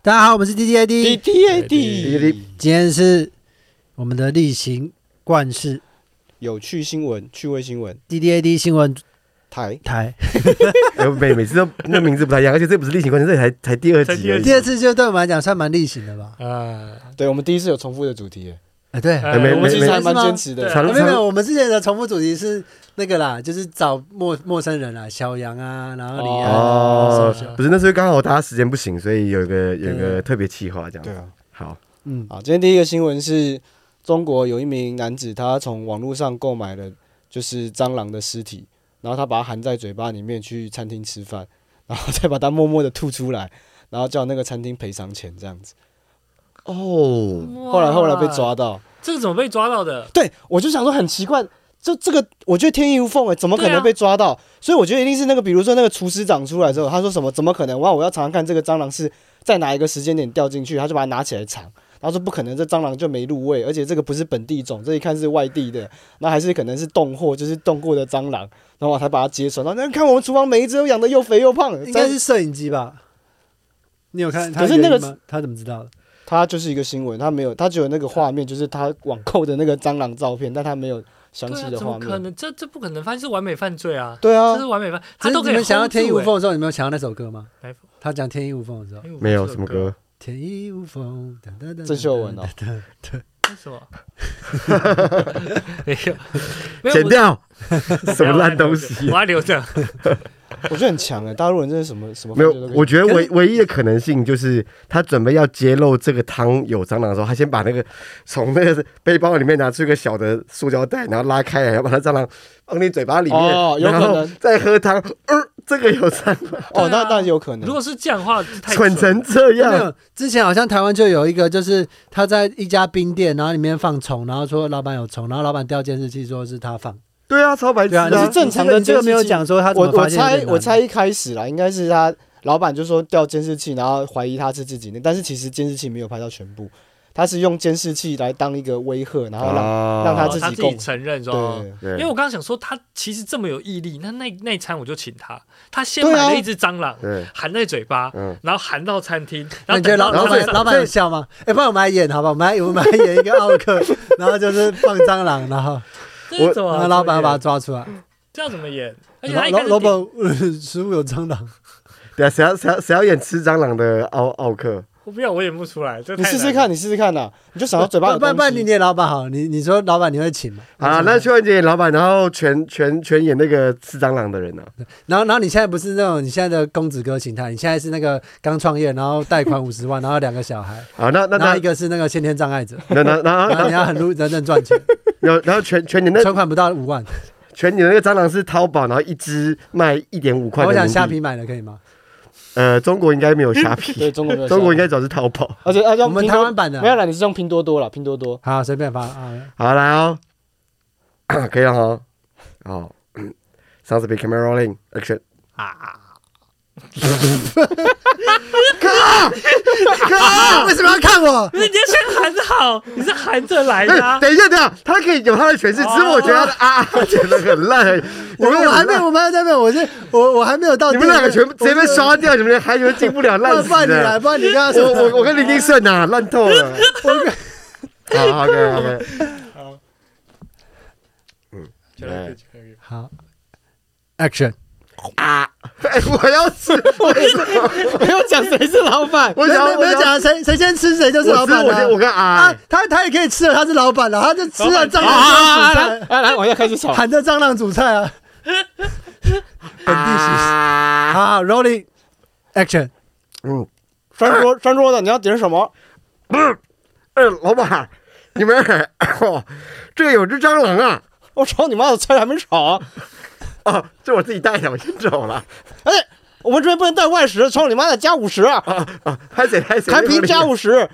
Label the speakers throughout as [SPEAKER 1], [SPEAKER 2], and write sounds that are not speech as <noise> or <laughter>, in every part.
[SPEAKER 1] 大家好，我们是 D D A D，
[SPEAKER 2] D A
[SPEAKER 3] 滴
[SPEAKER 1] 滴今天是我们的例行惯事
[SPEAKER 2] 有趣新闻、趣味新闻
[SPEAKER 1] D D A D 新闻
[SPEAKER 2] 台，
[SPEAKER 1] 台，
[SPEAKER 3] 哎，每每次都那名字不太一样，而且这不是例行关系，这才才第二
[SPEAKER 4] 才
[SPEAKER 3] 集
[SPEAKER 4] 第
[SPEAKER 3] 而
[SPEAKER 4] 二
[SPEAKER 3] 已
[SPEAKER 4] 集。
[SPEAKER 1] 第二次就对我们来讲算蛮例行的吧？
[SPEAKER 4] 啊，
[SPEAKER 2] 对我们第一次有重复的主题耶，
[SPEAKER 1] 哎，对，
[SPEAKER 4] 哎
[SPEAKER 1] 啊
[SPEAKER 3] 哎没
[SPEAKER 2] 我们
[SPEAKER 3] 没
[SPEAKER 2] 其实还
[SPEAKER 3] 没，
[SPEAKER 2] 蛮坚持的
[SPEAKER 4] 对。
[SPEAKER 3] 常
[SPEAKER 1] 没有没有，
[SPEAKER 3] 常
[SPEAKER 1] 我们之前的重复主题是那个啦，就是找陌陌生人啊，小杨啊，然后你啊，
[SPEAKER 3] 哦
[SPEAKER 4] 是是是，
[SPEAKER 3] 不是那时候刚好大家时间不行，所以有一个有
[SPEAKER 1] 对
[SPEAKER 3] 一个特别企划这样
[SPEAKER 2] 对
[SPEAKER 3] 子。
[SPEAKER 2] 啊，
[SPEAKER 3] 好，
[SPEAKER 1] 嗯，
[SPEAKER 2] 好，今天第一个新闻是中国有一名男子，他从网络上购买了就是蟑螂的尸体，然后他把它含在嘴巴里面去餐厅吃饭，然后再把它默默的吐出来，然后叫那个餐厅赔偿钱这样子。
[SPEAKER 3] 哦，
[SPEAKER 4] 后
[SPEAKER 2] 后来后来被，抓到，
[SPEAKER 4] 这个怎么被抓到的？
[SPEAKER 2] 对我就想说很奇怪。这这个我觉得天衣无缝哎、怎么可
[SPEAKER 4] 对
[SPEAKER 2] 能
[SPEAKER 4] 啊
[SPEAKER 2] 被抓到？所以我觉得一定是那个，比如说那个厨师长出来之后，他说什么？怎么可能？哇！我要尝尝看这个蟑螂是在哪一个时间点掉进去，他就把它拿起来尝，然后说不可能，这蟑螂就没入味，而且这个不是本地种，这一看是外地的，那还是可能是冻货，就是冻过的蟑螂，然后我才把它接出来。然后那看我们厨房每一只都养的又肥又胖，
[SPEAKER 1] 应该
[SPEAKER 2] 真
[SPEAKER 1] 是摄影机吧？你有看？
[SPEAKER 2] 可是那个
[SPEAKER 1] 他有印吗他怎么知道的？
[SPEAKER 2] 他就是一个新闻，他没有，他只有那个画面，就是他网购的那个蟑螂照片，但他没有详
[SPEAKER 4] 对
[SPEAKER 2] 细
[SPEAKER 4] 啊，
[SPEAKER 2] 的
[SPEAKER 4] 怎
[SPEAKER 2] 画
[SPEAKER 4] 么可
[SPEAKER 2] 面。
[SPEAKER 4] 能？这这不可能，犯是完美犯罪啊！
[SPEAKER 2] 对啊
[SPEAKER 4] 这是，完美犯，
[SPEAKER 1] 可
[SPEAKER 4] 他
[SPEAKER 1] 是
[SPEAKER 4] 都
[SPEAKER 1] 你
[SPEAKER 4] 可以
[SPEAKER 1] 们想到
[SPEAKER 4] hold 住
[SPEAKER 1] 天衣无
[SPEAKER 4] 欸
[SPEAKER 1] 缝的时候，你们有想到那首歌吗
[SPEAKER 4] 哪一首？
[SPEAKER 1] 他讲天衣无缝的时
[SPEAKER 4] 哎
[SPEAKER 1] 候，
[SPEAKER 3] 没有什么
[SPEAKER 4] 歌，
[SPEAKER 3] 歌，
[SPEAKER 1] 天衣无缝，噔噔噔
[SPEAKER 2] 郑秀文哦，
[SPEAKER 4] 为什么？没有，没有
[SPEAKER 3] 剪
[SPEAKER 4] 我
[SPEAKER 3] 掉，
[SPEAKER 4] <laughs>
[SPEAKER 3] 什么烂东西
[SPEAKER 4] 我？要留着。
[SPEAKER 2] 我觉得很强哎、大陆人真的什么什么
[SPEAKER 3] 没有
[SPEAKER 2] 犯罪都，可以
[SPEAKER 3] 我觉得
[SPEAKER 1] 可
[SPEAKER 3] 唯
[SPEAKER 1] 是
[SPEAKER 3] 唯一的可能性就是他准备要揭露这个汤有蟑螂的时候，他先把那个从那个背包里面拿出一个小的塑胶袋，然后拉开来，然后把那蟑螂放进嘴巴里面，
[SPEAKER 2] 哦有可
[SPEAKER 3] 然
[SPEAKER 2] 能
[SPEAKER 3] 后再喝汤。呃，这个有蟑螂，
[SPEAKER 2] 哦，那
[SPEAKER 4] 对
[SPEAKER 2] 那
[SPEAKER 4] 啊
[SPEAKER 2] 有可能
[SPEAKER 4] 如。果是这样的话，太
[SPEAKER 3] 蠢
[SPEAKER 4] 蠢了。
[SPEAKER 3] 成这
[SPEAKER 1] 没
[SPEAKER 3] 样，
[SPEAKER 1] 有，之前好像台湾就有一个，就是他在一家冰店，然后里面放虫，然后说老板有虫，然后老板调监视器说是他放，
[SPEAKER 3] 对啊，超白痴
[SPEAKER 1] 对啊，
[SPEAKER 3] 啊！
[SPEAKER 1] 你
[SPEAKER 2] 是正常的
[SPEAKER 1] 你这个
[SPEAKER 2] 监视器
[SPEAKER 1] 没有讲说他怎
[SPEAKER 2] 我
[SPEAKER 1] 么
[SPEAKER 2] 我
[SPEAKER 1] 发现
[SPEAKER 2] 猜
[SPEAKER 1] 的
[SPEAKER 2] 我猜一开始啦，应该是他老板就说调监视器，然后怀疑他是自己的，但是其实监视器没有拍到全部，他是用监视器来当一个威吓，然后让、
[SPEAKER 3] 啊
[SPEAKER 2] 让他
[SPEAKER 4] 哦
[SPEAKER 2] 自
[SPEAKER 4] 他
[SPEAKER 2] 己
[SPEAKER 4] 自
[SPEAKER 2] 供
[SPEAKER 4] 己承认说，
[SPEAKER 2] 对
[SPEAKER 3] 对
[SPEAKER 4] 因为我刚刚想说，他其实这么有毅力，那那那一餐我就请他，他先
[SPEAKER 2] 对
[SPEAKER 4] 买
[SPEAKER 2] 啊
[SPEAKER 4] 了一只蟑螂，
[SPEAKER 3] 对，
[SPEAKER 4] 含在嘴巴，
[SPEAKER 3] 嗯，
[SPEAKER 4] 然后含到餐厅，
[SPEAKER 1] 那
[SPEAKER 4] 然后
[SPEAKER 1] 你觉得
[SPEAKER 4] 等
[SPEAKER 1] 老老
[SPEAKER 4] 到他
[SPEAKER 1] 板
[SPEAKER 4] 上
[SPEAKER 1] 老板有笑吗？哎、不然我们来演好不好？我们来我们来演一个奥克，然后就是放蟑螂，然
[SPEAKER 4] <laughs>
[SPEAKER 1] 后
[SPEAKER 4] 这是
[SPEAKER 3] 我
[SPEAKER 4] 怎么
[SPEAKER 1] 然
[SPEAKER 4] 怎
[SPEAKER 1] 后
[SPEAKER 4] 么
[SPEAKER 1] 老板
[SPEAKER 4] 演
[SPEAKER 1] 把它抓出来。
[SPEAKER 4] 这样怎么演？而且
[SPEAKER 1] 老
[SPEAKER 4] 他一开
[SPEAKER 1] 老
[SPEAKER 4] 始
[SPEAKER 1] 老板
[SPEAKER 4] 点，
[SPEAKER 1] 呃食物有蟑螂，
[SPEAKER 3] 对啊，谁要谁要谁要演吃蟑螂的奥奥克？
[SPEAKER 4] 我不要，我演不出来。这
[SPEAKER 2] 你
[SPEAKER 4] 太
[SPEAKER 2] 试试
[SPEAKER 4] 难
[SPEAKER 2] 看，你试试看呐、你就想到嘴巴有
[SPEAKER 1] 不不不
[SPEAKER 2] 东
[SPEAKER 1] 然你
[SPEAKER 2] 西。
[SPEAKER 1] 演老板好，你你说老板你会请吗？
[SPEAKER 3] 好啦，那邱文杰演老板，然后全全全演那个吃蟑螂的人啊呢？
[SPEAKER 1] 然后，然后你现在不是那种你现在的公子哥形态，你现在是那个刚创业，然后贷款五十万，然后两个小孩，
[SPEAKER 3] 好，那那
[SPEAKER 1] 然后
[SPEAKER 3] 那
[SPEAKER 1] 一个是那个先天障碍者，
[SPEAKER 3] 那那那
[SPEAKER 1] 然后你要很认真赚钱，
[SPEAKER 3] 然后然后全全 <laughs> 年那
[SPEAKER 1] 存款不到五万。
[SPEAKER 3] 全年那个蟑螂是淘宝，然后一只卖一点五块。
[SPEAKER 1] 我想虾，皮买了可以吗？
[SPEAKER 3] 呃，中国应该没有虾皮，
[SPEAKER 2] <laughs> 对中国没有
[SPEAKER 3] 中国应
[SPEAKER 2] 想
[SPEAKER 3] 该早是淘宝。
[SPEAKER 2] 法，而且而且
[SPEAKER 1] 我
[SPEAKER 2] 用
[SPEAKER 1] 们
[SPEAKER 2] 拼
[SPEAKER 1] 台
[SPEAKER 2] 多
[SPEAKER 1] 湾版的
[SPEAKER 2] 没有啦，你是用拼多多啦，拼多多。
[SPEAKER 1] 好，随便发
[SPEAKER 3] <laughs>
[SPEAKER 1] 啊。
[SPEAKER 3] 好，来哦， <coughs> 可以了哈。好 <coughs> 嗯，sounds big camera rolling action。
[SPEAKER 4] 啊！
[SPEAKER 3] 啊
[SPEAKER 1] 哥，为什么要看我？
[SPEAKER 4] 人家先喊好， <laughs> 你是含着来的啊
[SPEAKER 3] <laughs> 哎，。等一下，等一下，他可以有他的诠释，只是我觉得他的啊剪得很
[SPEAKER 1] <laughs>
[SPEAKER 3] 烂而已。
[SPEAKER 1] 哦我们我还没有，我们还在没有，我是我我还没有到
[SPEAKER 3] 你
[SPEAKER 1] 电
[SPEAKER 3] 们
[SPEAKER 1] 影院。
[SPEAKER 3] 两个全部直接被
[SPEAKER 1] 刷。
[SPEAKER 3] 刷掉，你们还觉得进不了，烂
[SPEAKER 1] 不然
[SPEAKER 3] 死
[SPEAKER 1] 你来，
[SPEAKER 3] 了。
[SPEAKER 1] 不然你跟他
[SPEAKER 3] 我
[SPEAKER 1] 说。
[SPEAKER 3] <laughs> 我我跟林金顺啊，烂透了。
[SPEAKER 1] <laughs>
[SPEAKER 3] 好好，OK OK。
[SPEAKER 4] 觉得可以可以可以
[SPEAKER 1] 好，Action！
[SPEAKER 3] 啊！哎，我
[SPEAKER 1] <laughs>
[SPEAKER 3] 要吃，我也是，
[SPEAKER 2] 没有讲谁是老板，
[SPEAKER 3] 我想要，
[SPEAKER 1] 没
[SPEAKER 3] 我
[SPEAKER 1] 有
[SPEAKER 3] 想要
[SPEAKER 1] 讲啊谁谁先吃谁就是老
[SPEAKER 3] 我吃
[SPEAKER 1] 板
[SPEAKER 3] 我先我
[SPEAKER 1] 啊。
[SPEAKER 3] 跟
[SPEAKER 1] 啊
[SPEAKER 3] 啊，，
[SPEAKER 1] 他他也可以吃了，他是老板了，他就吃了蟑
[SPEAKER 2] 啊啊
[SPEAKER 1] 螂
[SPEAKER 2] 啊！来
[SPEAKER 1] 当主
[SPEAKER 2] 来来，我要开始吵
[SPEAKER 1] 菜，。喊着蟑螂主菜啊。本地习俗。
[SPEAKER 3] 啊，
[SPEAKER 1] 好好，Rolling Action！
[SPEAKER 3] 嗯，
[SPEAKER 2] 翻桌翻桌的，你要点什么？
[SPEAKER 3] 哎，老板，你们，哦，这个有只蟑螂啊！
[SPEAKER 2] 我炒你妈的菜还没炒啊、
[SPEAKER 3] 哦，这我自己带的，我先走了。
[SPEAKER 2] 哎，我们这边不能带外食，炒你妈的加五十啊！
[SPEAKER 3] 啊啊，拍谁拍谁？
[SPEAKER 2] 开瓶加五十，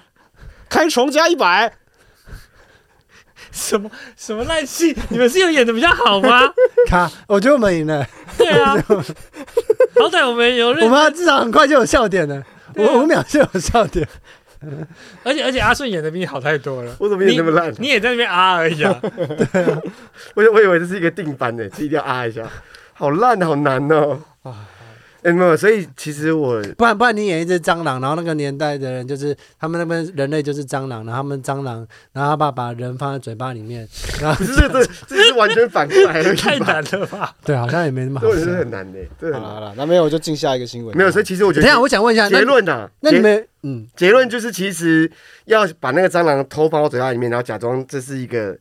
[SPEAKER 2] 开虫加一百。
[SPEAKER 4] <laughs> 什么什么烂戏？你们是有演的比较好吗？
[SPEAKER 1] 卡，我觉得我们赢了，
[SPEAKER 4] 对啊，好歹我们有
[SPEAKER 1] 我
[SPEAKER 4] 认，
[SPEAKER 1] 们至少很快就有笑点了，
[SPEAKER 4] 对啊
[SPEAKER 1] 五五秒就有笑点。
[SPEAKER 4] 而且而且阿顺演的比你好太多了。
[SPEAKER 3] 我怎么演那么烂？
[SPEAKER 4] 你也在那边啊而已啊，
[SPEAKER 3] <laughs> 我我以为这是一个定番呢，一定要啊一下，好烂，好难哦。哎，哎，没有，所以其实我
[SPEAKER 1] <laughs> 不然不然你演一只蟑螂，然后那个年代的人就是他们那边人类就是蟑螂，然后他们蟑螂，然后他爸把人放在嘴巴里面，然后
[SPEAKER 3] 不是这这这是完全反过来的，
[SPEAKER 4] <laughs> 太难了吧？
[SPEAKER 1] 对，好像也没那么
[SPEAKER 3] 这
[SPEAKER 1] 好
[SPEAKER 3] 我觉
[SPEAKER 1] 笑
[SPEAKER 3] 得。很难的，这
[SPEAKER 2] 好
[SPEAKER 3] 很
[SPEAKER 2] 了好
[SPEAKER 3] 难。
[SPEAKER 2] 了，那没有我就进下一个新闻。
[SPEAKER 3] 没有，所以其实我觉
[SPEAKER 1] 等一下，
[SPEAKER 3] 得
[SPEAKER 1] 我想问一下，
[SPEAKER 3] 结
[SPEAKER 1] 那
[SPEAKER 3] 论呐，
[SPEAKER 1] 那你
[SPEAKER 3] 结
[SPEAKER 1] 们嗯，
[SPEAKER 3] 结论就是其实要把那个蟑螂偷放到嘴巴里面，然后假装这是一个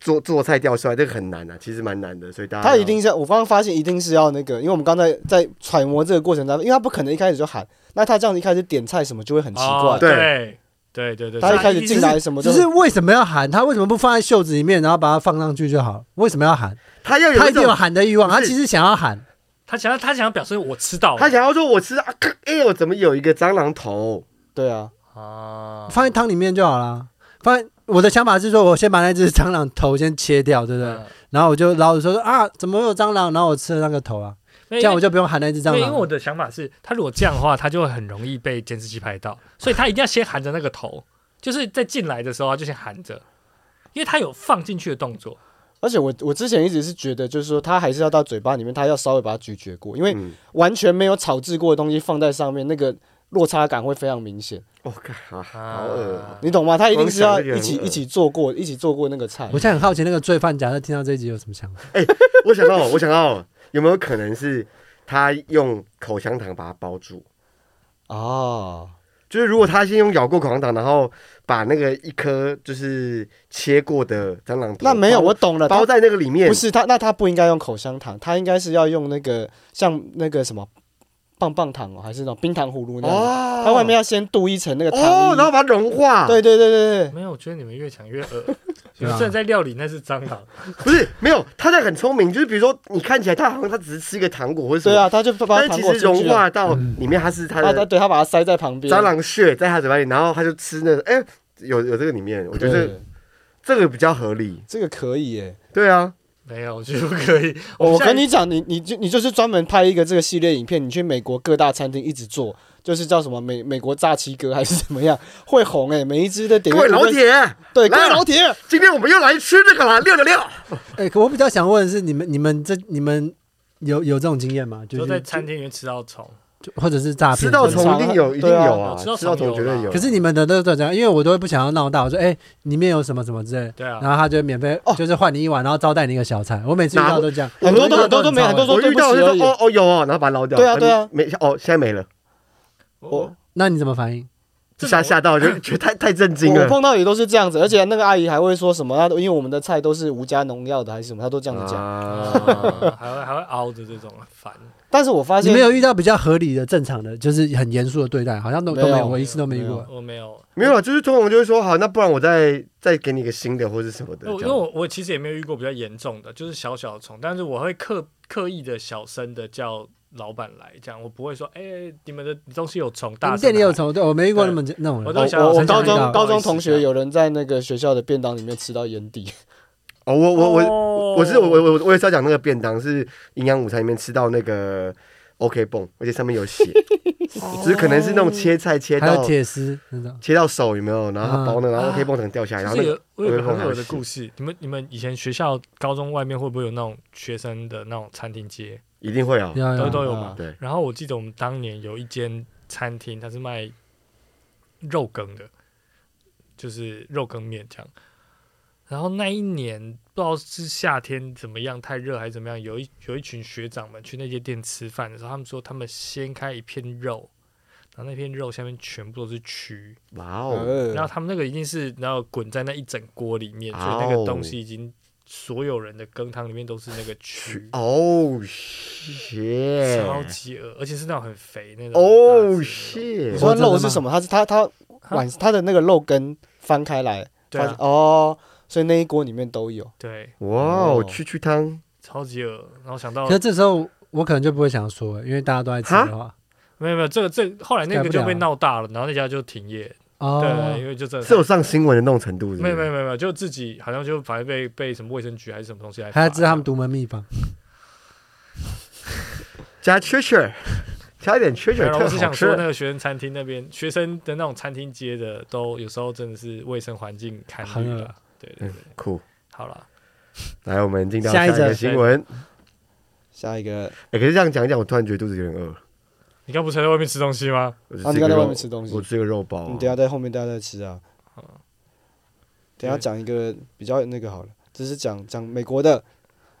[SPEAKER 3] 做做菜掉出来，这个很难啊，其实蛮难的，所以大家
[SPEAKER 2] 他一定是要，我刚刚发现一定是要那个，因为我们刚才在揣摩这个过程当中，因为他不可能一开始就喊，那他这样子一开始点菜什么就会很奇怪。
[SPEAKER 4] 哦对对对对，
[SPEAKER 2] 他一开始
[SPEAKER 4] 是
[SPEAKER 2] 进来什么就
[SPEAKER 1] 只是为什么要喊？他为什么不放在袖子里面，然后把它放上去就好？为什么要喊？
[SPEAKER 3] 他要有
[SPEAKER 1] 他
[SPEAKER 3] 一
[SPEAKER 1] 一定有
[SPEAKER 3] 种
[SPEAKER 1] 喊的欲望，
[SPEAKER 3] 不是
[SPEAKER 1] 他其实想要喊。
[SPEAKER 4] 他想要他想要表示我吃到了，
[SPEAKER 3] 他想要说我吃啊，咔哎、我怎么有一个蟑螂头？
[SPEAKER 2] 对啊，
[SPEAKER 4] 啊，
[SPEAKER 1] 放在汤里面就好了。放在我的想法是说，我先把那只蟑螂头先切掉，对不对？
[SPEAKER 4] 嗯
[SPEAKER 1] 然后我就捞着说啊，怎么会有蟑螂？然后我吃了那个头啊，这样我就不用喊那只蟑
[SPEAKER 4] 对，因为我
[SPEAKER 1] 螂。
[SPEAKER 4] 的想法是，他如果这样的话，他就会很容易被监视器拍到，所以他一定要先含着那个头，就是在进来的时候他就先含着，因为他有放进去的动作。
[SPEAKER 2] 而且我我之前一直是觉得，就是说他还是要到嘴巴里面，他要稍微把它咀嚼过，因为
[SPEAKER 3] 嗯，
[SPEAKER 2] 完全没有炒制过的东西放在上面，那个落差感会非常明显，
[SPEAKER 3] 我、哦、靠、啊，好恶、哦。
[SPEAKER 2] 你懂吗？他一定是
[SPEAKER 3] 我
[SPEAKER 2] 要
[SPEAKER 3] 想这个
[SPEAKER 2] 一
[SPEAKER 3] 很
[SPEAKER 2] 起
[SPEAKER 3] 恶
[SPEAKER 2] 一起做过，一起做过那个菜
[SPEAKER 1] 我。现在很好奇，那个罪犯假设听到这一集有什么想法？
[SPEAKER 3] 我想到，我想到，有没有可能是他用口香糖把它包住？
[SPEAKER 2] 哦，
[SPEAKER 3] 就是如果他先用咬过口香糖，然后把那个一颗就是切过的蟑螂头包，
[SPEAKER 2] 那没有，我懂了，
[SPEAKER 3] 包
[SPEAKER 2] 他
[SPEAKER 3] 在那个里面，
[SPEAKER 2] 不是他，那他不应该用口香糖，他应该是要用那个像那个什么棒棒糖哦，还是那种冰糖葫芦那样。
[SPEAKER 3] 哦，
[SPEAKER 2] 它外面要先镀一层那个糖衣。
[SPEAKER 3] 哦，然后把它融化，
[SPEAKER 2] 对对对对对，
[SPEAKER 4] 没有，我觉得你们越讲越恶。
[SPEAKER 1] 是
[SPEAKER 4] 虽
[SPEAKER 1] 吧
[SPEAKER 4] 然在料理那是蟑螂，
[SPEAKER 3] 不是没有，他在很聪明，就是比如说你看起来他好像他只是吃一个糖果或者什
[SPEAKER 2] 对
[SPEAKER 3] 么，
[SPEAKER 2] 啊，他就把
[SPEAKER 3] 但
[SPEAKER 2] 把糖
[SPEAKER 3] 是哎其
[SPEAKER 2] 果
[SPEAKER 3] 实
[SPEAKER 2] 进
[SPEAKER 3] 融
[SPEAKER 2] 去了，
[SPEAKER 3] 化到里面，它是它
[SPEAKER 2] 他他
[SPEAKER 3] 的
[SPEAKER 2] 对他把它塞在旁边。
[SPEAKER 3] 蟑螂血在他嘴巴里，然后他就吃那个，哎、有有这个里面，我觉
[SPEAKER 2] 对，
[SPEAKER 3] 得这个比较合理。
[SPEAKER 2] 这个可以耶。
[SPEAKER 3] 对啊，
[SPEAKER 4] 没有，我觉得不可以。
[SPEAKER 2] 哦我
[SPEAKER 4] 们下一
[SPEAKER 2] 跟你讲，你你就你就是专门拍一个这个系列影片，你去美国各大餐厅一直做，就是叫什么美美国炸鸡哥还是怎么样，会红哎，每一只的点
[SPEAKER 3] 各
[SPEAKER 2] 阅
[SPEAKER 3] 位
[SPEAKER 2] 都
[SPEAKER 3] 老
[SPEAKER 2] 会，
[SPEAKER 3] 铁，
[SPEAKER 2] 对各
[SPEAKER 3] 来
[SPEAKER 2] 位
[SPEAKER 3] 啊
[SPEAKER 2] 老铁，
[SPEAKER 3] 今天我们又来吃这个了，六六六。
[SPEAKER 1] 哎、可我比较想问的是，你们、你们这、你们有有这种经验吗？就
[SPEAKER 4] 就是在餐厅里面吃到虫，
[SPEAKER 1] 就或者是诈骗
[SPEAKER 3] 吃到
[SPEAKER 2] 虫
[SPEAKER 3] 虫一定有，一定
[SPEAKER 2] 对啊
[SPEAKER 3] 有啊，
[SPEAKER 4] 吃
[SPEAKER 3] 吃
[SPEAKER 4] 到
[SPEAKER 3] 到
[SPEAKER 4] 虫
[SPEAKER 3] 虫
[SPEAKER 4] 有
[SPEAKER 3] 绝对
[SPEAKER 4] 啦
[SPEAKER 3] 有。
[SPEAKER 1] 可是你们的都都这样，因为我都会不想要闹大，我说哎、里面有什么什么之类，
[SPEAKER 4] 对啊
[SPEAKER 1] 然后他就免费、
[SPEAKER 2] 哦
[SPEAKER 1] 就是换你一碗，然后招待你一个小菜。我每次遇
[SPEAKER 3] 哪
[SPEAKER 1] 到都这样，
[SPEAKER 2] 很多都
[SPEAKER 1] 我
[SPEAKER 2] 很多都没有
[SPEAKER 1] 很
[SPEAKER 2] 很多
[SPEAKER 1] 糟
[SPEAKER 2] 说
[SPEAKER 3] 我
[SPEAKER 2] 对
[SPEAKER 3] 遇
[SPEAKER 2] 不起
[SPEAKER 3] 到就
[SPEAKER 2] 而
[SPEAKER 3] 说
[SPEAKER 2] 已。
[SPEAKER 3] 哦哦有哦，然后把它捞掉。
[SPEAKER 2] 对啊对啊
[SPEAKER 3] 没哦，现在没了，
[SPEAKER 2] 我
[SPEAKER 1] 那你怎么反应？
[SPEAKER 4] 这
[SPEAKER 3] 吓
[SPEAKER 4] 种
[SPEAKER 3] 吓到就觉得太太震惊
[SPEAKER 2] 我
[SPEAKER 3] 了。
[SPEAKER 2] 碰到也都是这样子，而且那个阿姨还会说什么？她都因为我们的菜都是无加农药的还是什么，她都这样子讲。
[SPEAKER 3] 啊，
[SPEAKER 4] 啊还会还会凹的这种烦。
[SPEAKER 2] 但是我发
[SPEAKER 1] 你
[SPEAKER 2] 现
[SPEAKER 1] 们有遇到比较合理的、正常的，就是很严肃的对待，好像都都
[SPEAKER 2] 没
[SPEAKER 1] 没
[SPEAKER 2] 有
[SPEAKER 1] 有，我一次都没遇
[SPEAKER 2] 没有
[SPEAKER 1] 过。
[SPEAKER 4] 我哦没有，
[SPEAKER 3] 没有啊，就是通常就会说好，那不然我再再给你一个新的或者什么的。
[SPEAKER 4] 因为
[SPEAKER 3] 这
[SPEAKER 4] 因为
[SPEAKER 3] 样
[SPEAKER 4] 我我其实也没有遇过比较严重的，就是小小的虫，但是我会刻刻意的小声的叫老板来，这样我不会说，哎、你们的东西有虫，
[SPEAKER 1] 你
[SPEAKER 4] 大
[SPEAKER 1] 们
[SPEAKER 4] 声
[SPEAKER 1] 店里有
[SPEAKER 4] 地喊，
[SPEAKER 1] 虫，对我没遇过那么那种哦
[SPEAKER 4] 我
[SPEAKER 1] 人。
[SPEAKER 4] 都想
[SPEAKER 2] 我我
[SPEAKER 1] 很
[SPEAKER 2] 高
[SPEAKER 1] 想
[SPEAKER 2] 中
[SPEAKER 1] 遇到
[SPEAKER 2] 高中同学有人在那个学校的便当里面吃到烟蒂，
[SPEAKER 3] 哦，我我我
[SPEAKER 4] 我
[SPEAKER 3] 我是我我我我也是要讲那个便当是营养午餐里面吃到那个 OK 泵，而且上面有血，只是可能是那种切菜切
[SPEAKER 1] 还有
[SPEAKER 3] 到
[SPEAKER 1] 铁丝那种，
[SPEAKER 3] 切到手有没有，然后它包那个，然后
[SPEAKER 4] 啊
[SPEAKER 3] OK 泵可能掉下来，然后
[SPEAKER 4] 就
[SPEAKER 3] 那
[SPEAKER 4] 是
[SPEAKER 3] 个
[SPEAKER 4] 有我有个很
[SPEAKER 3] 我也很
[SPEAKER 4] 有
[SPEAKER 3] 好
[SPEAKER 4] 的
[SPEAKER 3] 奇
[SPEAKER 4] 故事，你们你们以前学校高中外面会不会有那种学生的那种餐厅街，
[SPEAKER 3] 一定会有。
[SPEAKER 1] 有
[SPEAKER 4] 都
[SPEAKER 1] 有有
[SPEAKER 4] 都有
[SPEAKER 2] 啊
[SPEAKER 4] 嘛？
[SPEAKER 3] 对，
[SPEAKER 4] 然后我记得我们当年有一间餐厅，它是卖肉羹的，就是肉羹面这样。然后那一年不知道是夏天怎么样，太热还是怎么样，有一有一群学长们去那间店吃饭的时候，他们说他们掀开一片肉，然后那片肉下面全部都是蛆，
[SPEAKER 3] 哇
[SPEAKER 2] <laughs>
[SPEAKER 3] 哦，
[SPEAKER 2] 呃
[SPEAKER 4] 然后他们那个一定是然后滚在那一整锅里面，所以那
[SPEAKER 3] 哦
[SPEAKER 4] 个东西已经所有人的羹汤里面都是那个蛆。
[SPEAKER 3] 哦
[SPEAKER 4] 超
[SPEAKER 3] shit，
[SPEAKER 4] 级饿，而且是那种很肥那种。
[SPEAKER 3] 哦
[SPEAKER 2] 你
[SPEAKER 3] shit，
[SPEAKER 2] 说肉是什么？它是它它碗它的那个肉根翻开来，
[SPEAKER 4] 对
[SPEAKER 2] 发
[SPEAKER 4] 啊
[SPEAKER 2] 现哦，所以那一锅里面都有。
[SPEAKER 4] 对，
[SPEAKER 3] 哇哦
[SPEAKER 2] 哦，
[SPEAKER 3] 去去汤，
[SPEAKER 4] 超级饿。然后想到
[SPEAKER 1] 可是这时候我可能就不会想说，因为大家都在吃的话，
[SPEAKER 4] 没有没有，这个这个后来那
[SPEAKER 1] 改
[SPEAKER 4] 个
[SPEAKER 1] 不
[SPEAKER 4] 就
[SPEAKER 1] 了
[SPEAKER 4] 被
[SPEAKER 1] 啊
[SPEAKER 4] 闹大了，然后那家就停业。对，
[SPEAKER 1] 哦，
[SPEAKER 4] 因为就真的
[SPEAKER 3] 是有上新闻的那种程度，是不
[SPEAKER 4] 没有没有
[SPEAKER 3] 是？
[SPEAKER 4] 没有没有，就自己好像就反正被被什么卫生局还是什么东西来罚，
[SPEAKER 1] 还要知道他们独门秘方。
[SPEAKER 3] 加蛐
[SPEAKER 4] <laughs>
[SPEAKER 3] 蛐，加一点蛐
[SPEAKER 4] 没有
[SPEAKER 3] 蛐，
[SPEAKER 4] 啦。
[SPEAKER 3] 特
[SPEAKER 4] 我是
[SPEAKER 3] 好
[SPEAKER 4] 想说，那
[SPEAKER 3] 吃。
[SPEAKER 4] 个学生餐厅那边，学生的那种餐厅街的，都有时候真的是卫生环境堪
[SPEAKER 1] 很
[SPEAKER 4] 虑
[SPEAKER 1] 恶
[SPEAKER 4] 了。对对对，
[SPEAKER 3] 酷，
[SPEAKER 4] 好了，
[SPEAKER 3] 来，我们进到
[SPEAKER 1] 下
[SPEAKER 3] 下
[SPEAKER 1] 一
[SPEAKER 3] 一
[SPEAKER 1] 则
[SPEAKER 3] 个新闻。
[SPEAKER 2] 下一个
[SPEAKER 3] 哎，可是这样讲一讲，我突然觉得肚子有点饿。
[SPEAKER 4] 你刚不是在外面吃东西吗？
[SPEAKER 3] 我
[SPEAKER 2] 啊
[SPEAKER 3] 就
[SPEAKER 2] 你
[SPEAKER 3] 吃一
[SPEAKER 2] 刚
[SPEAKER 3] 个
[SPEAKER 2] 在外
[SPEAKER 3] 肉
[SPEAKER 2] 面，吃东西
[SPEAKER 3] 我，吃一个肉包
[SPEAKER 2] 你
[SPEAKER 3] 啊。
[SPEAKER 2] 等一下在后面大家再吃啊。等一下
[SPEAKER 4] 对
[SPEAKER 2] 讲一个比较那个好了，只是讲讲美国的。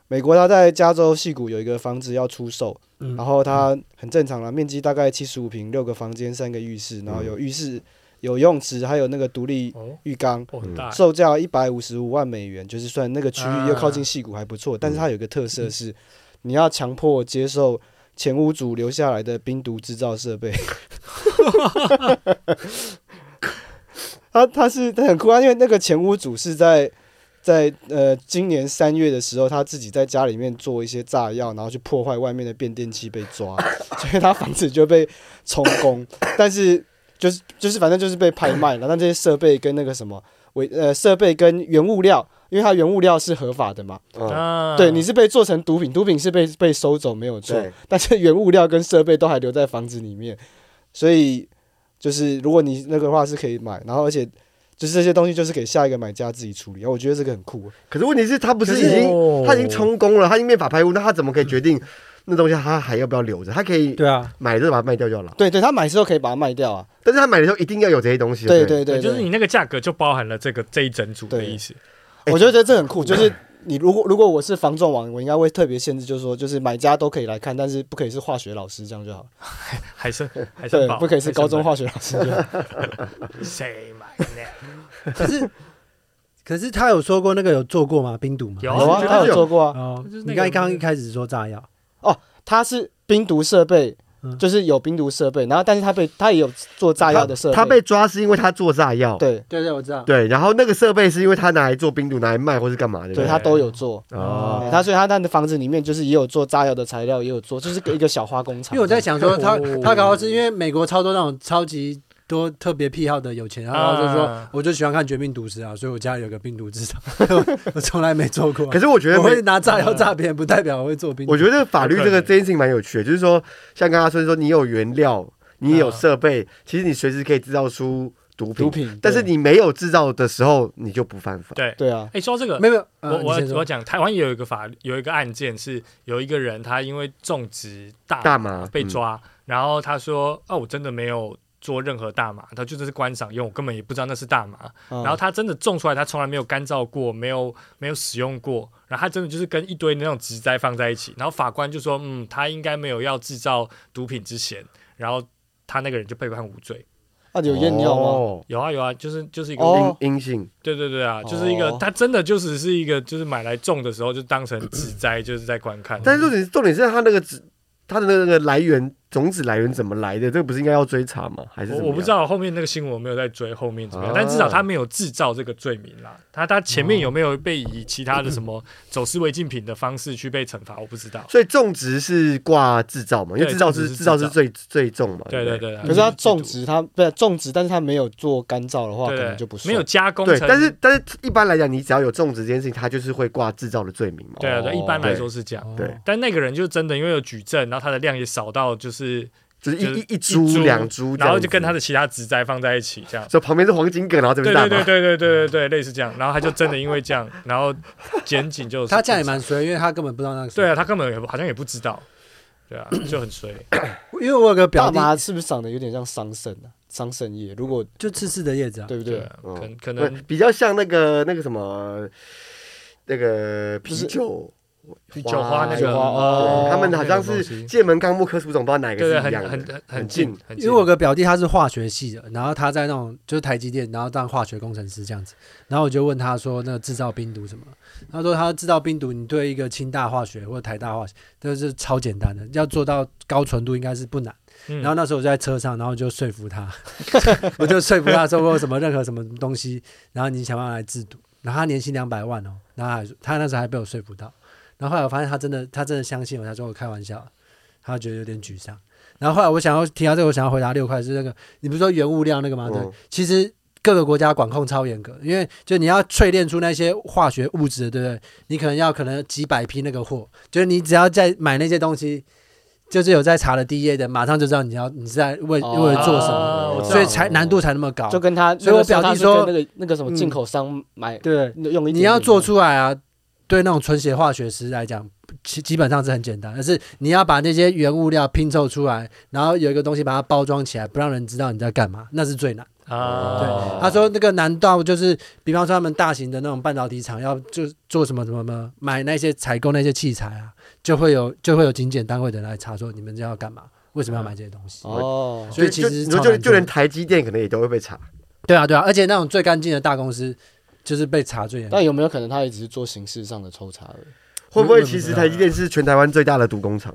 [SPEAKER 2] 美国它在加州西谷有一个房子要出售，
[SPEAKER 1] 嗯
[SPEAKER 2] 然后它很正常了，面积大概七十五平，六个房间，三个浴室，然后有浴室、有泳池，还有那个独立
[SPEAKER 4] 哦，
[SPEAKER 2] 浴缸，
[SPEAKER 4] 哦，很大欸，
[SPEAKER 2] 售价一百五十五万美元，就是算那个区域又靠近
[SPEAKER 4] 啊
[SPEAKER 2] 戏谷还不错，但是它有一个特色是，你要强迫接受前屋主留下来的冰毒制造设备。他他是他很酷啊，因为那个前屋主是在在呃今年三月的时候，他自己在家里面做一些炸药，然后去破坏外面的变电器被抓，所以他房子就被充公，但是就是就是反正就是被拍卖了，但这些设备跟那个什么。为呃设备跟原物料，因为它原物料是合法的嘛，
[SPEAKER 3] 嗯，
[SPEAKER 4] 啊
[SPEAKER 2] 对，你是被做成毒品，毒品是被被收走没有错，
[SPEAKER 3] 对，
[SPEAKER 2] 但是原物料跟设备都还留在房子里面，所以就是如果你那个的话是可以买，然后而且就是这些东西就是给下一个买家自己处理，我觉得这个很酷，
[SPEAKER 3] 可是问题是，他不
[SPEAKER 4] 可
[SPEAKER 3] 是
[SPEAKER 4] 是
[SPEAKER 3] 已经
[SPEAKER 4] 哦
[SPEAKER 3] 他已经充公了，他已经变法拍屋，那他怎么可以决定那东西他还要不要留着？他可以
[SPEAKER 1] 对啊，
[SPEAKER 3] 买了就把它卖掉就好了，
[SPEAKER 2] 对对，他买之后可以把它卖掉啊，
[SPEAKER 3] 但是他买的时候一定要有这些东西。
[SPEAKER 2] 对
[SPEAKER 3] 不
[SPEAKER 2] 对
[SPEAKER 3] 对，
[SPEAKER 2] 对，
[SPEAKER 4] 哎就是
[SPEAKER 2] 对
[SPEAKER 4] 你那个价格就包含了这个这一整组的
[SPEAKER 2] 对
[SPEAKER 4] 意思。
[SPEAKER 2] 我觉得这很酷，就是你如果如果我是房仲网，我应该会特别限制，就是说就是买家都可以来看，但是不可以是化学老师这样就好了，
[SPEAKER 4] 海参海参
[SPEAKER 2] 对
[SPEAKER 4] 堡，
[SPEAKER 2] 不可以是高中
[SPEAKER 4] 海
[SPEAKER 2] 化学老师这
[SPEAKER 4] <laughs>
[SPEAKER 2] 样，
[SPEAKER 4] 参堡，谁买呢？ <laughs>
[SPEAKER 1] 可是 <laughs> 可是他有说过那个有做过吗？冰毒吗？
[SPEAKER 4] 有
[SPEAKER 2] 有啊，
[SPEAKER 4] 我觉得
[SPEAKER 2] 他有
[SPEAKER 3] 这种
[SPEAKER 2] 做过啊，
[SPEAKER 1] 哦
[SPEAKER 4] 就是，那个
[SPEAKER 1] 你刚刚一开始说炸药，
[SPEAKER 2] 它是冰毒设备
[SPEAKER 1] 嗯，
[SPEAKER 2] 就是有冰毒设备，然后但是它被它也有做炸药的设备，
[SPEAKER 3] 他被抓是因为他做炸药，
[SPEAKER 2] 对
[SPEAKER 1] 对对，我知道。
[SPEAKER 3] 对，然后那个设备是因为他拿来做冰毒，拿来卖或是干嘛的。
[SPEAKER 2] 对，它都有做。
[SPEAKER 3] 哦，
[SPEAKER 2] 对它所以它那的房子里面就是也有做炸药的材料，也有做，就是一个小化工厂。
[SPEAKER 1] 因为我在想说他
[SPEAKER 4] 哦
[SPEAKER 1] 他搞到是因为美国超多那种超级多特别癖好的有钱，然后就说
[SPEAKER 4] 啊
[SPEAKER 1] 我就喜欢看《绝命毒师》啊，所以我家里有个病毒
[SPEAKER 4] <laughs>
[SPEAKER 1] 制造，我从来没做
[SPEAKER 4] 哦
[SPEAKER 1] 过啊。
[SPEAKER 3] 可是我觉得
[SPEAKER 1] 我
[SPEAKER 3] 没呃
[SPEAKER 1] 会拿炸药炸别人，不代表我会做冰毒。
[SPEAKER 3] 我觉得法律这
[SPEAKER 4] 有可
[SPEAKER 3] 个
[SPEAKER 4] 能
[SPEAKER 3] 这件事情蛮有趣的，就是说，像刚刚说说，你有原料，你也有设备，其实你随时可以制造出毒品，
[SPEAKER 2] 毒品，
[SPEAKER 3] 但是你没有制造的时候，你就不犯法。
[SPEAKER 4] 对，
[SPEAKER 2] 对对啊，
[SPEAKER 4] 哎，说到这个，
[SPEAKER 1] 没有没有，呃
[SPEAKER 4] 我
[SPEAKER 1] 你
[SPEAKER 4] 我
[SPEAKER 1] 先
[SPEAKER 4] 要
[SPEAKER 1] 说
[SPEAKER 4] 我要讲台湾也有一个法有一个案件是有一个人他因为种植大
[SPEAKER 3] 大麻嗯
[SPEAKER 4] 被，抓，然后他说啊我真的没有做任何大麻，他就只是观赏用，我根本也不知道那是大麻。
[SPEAKER 2] 然
[SPEAKER 4] 然后他真的种出来，他从来没有干燥过，没有没有使用过，然后他真的就是跟一堆那种植栽放在一起，然后法官就说，嗯，他应该没有要制造毒品之嫌，然后他那个人就被判无罪。
[SPEAKER 2] 啊
[SPEAKER 3] 嗯
[SPEAKER 2] 有验尿吗？
[SPEAKER 3] 哦
[SPEAKER 4] 有啊有啊，就是就是一个，
[SPEAKER 2] 哦
[SPEAKER 3] 阴阴性，
[SPEAKER 4] 对对对啊，就是一个，
[SPEAKER 2] 哦
[SPEAKER 4] 他真的就只是一个，就是买来种的时候就当成植栽，就是在观看。
[SPEAKER 3] 但是重点重点是它那个植，它的那个来源种子来源怎么来的？这个不是应该要追查吗？还是
[SPEAKER 4] 我
[SPEAKER 3] 怎么
[SPEAKER 4] 我不知
[SPEAKER 3] 样。
[SPEAKER 4] 道后面那个新闻我没有在追后面怎么样，
[SPEAKER 3] 啊
[SPEAKER 4] 但至少他没有制造这个罪名啦。他他前面有没有被以其他的什么走私违禁品的方式去被惩罚，我不知道。
[SPEAKER 3] 所以种植是挂制造嘛，因为
[SPEAKER 4] 对
[SPEAKER 3] 制造
[SPEAKER 4] 种植
[SPEAKER 3] 是
[SPEAKER 4] 是
[SPEAKER 3] 制造
[SPEAKER 4] 制
[SPEAKER 3] 是
[SPEAKER 4] 造
[SPEAKER 3] 最最重嘛。
[SPEAKER 4] 对
[SPEAKER 3] 不
[SPEAKER 4] 对。对，
[SPEAKER 2] 可是他种植，他不是种植，但是他没有做干燥的话，可
[SPEAKER 4] 对
[SPEAKER 2] 能就不算。
[SPEAKER 4] 没有加工
[SPEAKER 3] 对，
[SPEAKER 4] 成。
[SPEAKER 3] 但是但是一般来讲，你只要有种植这件事情，它就是会挂制造的罪名嘛。
[SPEAKER 4] 对啊，对，一般来
[SPEAKER 3] 对
[SPEAKER 4] 说是这样。
[SPEAKER 1] 哦
[SPEAKER 3] 对
[SPEAKER 4] 但那个人就真的因为有举证，然后他的量也少到就是，
[SPEAKER 3] 就是
[SPEAKER 4] 就是
[SPEAKER 3] 一一一
[SPEAKER 4] 株
[SPEAKER 3] 株两株这样子，
[SPEAKER 4] 然后就跟他的其他植栽放在一起这样。
[SPEAKER 3] 所以旁边是黄金梗，然后这
[SPEAKER 4] 对
[SPEAKER 3] 边是大
[SPEAKER 4] 对
[SPEAKER 3] 麻
[SPEAKER 4] 对。对对对对对，类似这样。然后他就真的因为这样，然后检警就
[SPEAKER 1] 他这样也蛮衰，因为他根本不知道那个。
[SPEAKER 4] 对，啊，他根本也不好像也不知道，对啊，就很衰。
[SPEAKER 1] 因为我有个表
[SPEAKER 2] 大
[SPEAKER 1] 弟，
[SPEAKER 2] 麻是不是长得有点像桑葚啊？桑葚叶，如果
[SPEAKER 1] 就刺刺的叶子啊。
[SPEAKER 2] 对不
[SPEAKER 4] 对
[SPEAKER 2] 对？
[SPEAKER 4] 啊，
[SPEAKER 3] 嗯
[SPEAKER 4] 可可
[SPEAKER 3] 对，
[SPEAKER 4] 能
[SPEAKER 3] 比较像那个那个什么，那个啤
[SPEAKER 2] 是
[SPEAKER 3] 酒
[SPEAKER 4] 啤酒花那
[SPEAKER 2] 酒
[SPEAKER 4] 个
[SPEAKER 2] 花
[SPEAKER 3] 对
[SPEAKER 2] 哦
[SPEAKER 3] 他们好像
[SPEAKER 4] 那个东
[SPEAKER 3] 是
[SPEAKER 4] 西
[SPEAKER 3] 界门纲目科属种，不知道哪个
[SPEAKER 4] 对
[SPEAKER 3] 是
[SPEAKER 4] 对，
[SPEAKER 3] 一样
[SPEAKER 4] 很很
[SPEAKER 3] 的。
[SPEAKER 4] 很
[SPEAKER 3] 很
[SPEAKER 4] 很
[SPEAKER 3] 近
[SPEAKER 4] 近，很
[SPEAKER 1] 因为我有个表弟他是化学系的，然后他在那种就是台积电，然后当化学工程师这样子，然后我就问他说那个制造冰毒什么，他说他制造冰毒，你对一个清大化学或者台大化学，这是超简单的，要做到高纯度应该是不难。
[SPEAKER 4] 嗯
[SPEAKER 1] 然后那时候我就在车上，然后就说服他， <laughs> 我就说服他说过什么任何什么东西，然后你想办法来制毒，然后他年薪两百万哦，然后他还说他那时候还被我说服到，然后后来我发现他真的他真的相信我，他说我开玩笑，他觉得有点沮丧。然后后来我想要提到这个，我想要回答六块是那个，你不是说原物料那个吗？对，
[SPEAKER 3] 嗯
[SPEAKER 1] 其实各个国家管控超严格，因为就你要淬炼出那些化学物质，对不对？你可能要可能几百批那个货，就是你只要在买那些东西，就是有在查的第一页的，马上就知道你要你是在为、
[SPEAKER 2] 哦
[SPEAKER 1] 为了做什么，
[SPEAKER 4] 啊我知道
[SPEAKER 1] 所以才难度才那么高
[SPEAKER 2] 就。跟他，
[SPEAKER 1] 所以我
[SPEAKER 2] 那个时
[SPEAKER 1] 表
[SPEAKER 2] 候
[SPEAKER 1] 弟
[SPEAKER 2] 他是跟
[SPEAKER 1] 说
[SPEAKER 2] 那个那个什么
[SPEAKER 1] 嗯
[SPEAKER 2] 进口商买
[SPEAKER 1] 对，
[SPEAKER 2] 用一点点，
[SPEAKER 1] 你要做出来啊，对那种纯血化学师来讲，基基本上是很简单，而是你要把那些原物料拼凑出来，然后有一个东西把它包装起来，不让人知道你在干嘛，那是最难。
[SPEAKER 4] 啊，
[SPEAKER 1] 他说那个难道就是，比方说他们大型的那种半导体厂要就做什么什么什么，买那些采购那些器材啊，就会有就会有警检单位的人来查说你们这要干嘛，为什么要买这些东西？
[SPEAKER 2] 哦，
[SPEAKER 1] 所以
[SPEAKER 3] 就
[SPEAKER 1] 其
[SPEAKER 3] 就
[SPEAKER 1] 实
[SPEAKER 3] 你
[SPEAKER 1] 是
[SPEAKER 3] 说
[SPEAKER 1] 超
[SPEAKER 3] 就
[SPEAKER 1] 难
[SPEAKER 3] 就
[SPEAKER 1] 做的
[SPEAKER 3] 连台积电可能也都会被查，
[SPEAKER 1] 对啊对啊，而且那种最干净的大公司就是被查啊最严重
[SPEAKER 2] 但。有没有可能他也只是做形式上的抽查而已？
[SPEAKER 3] 会不会其实台积电是全台湾最大的毒工厂？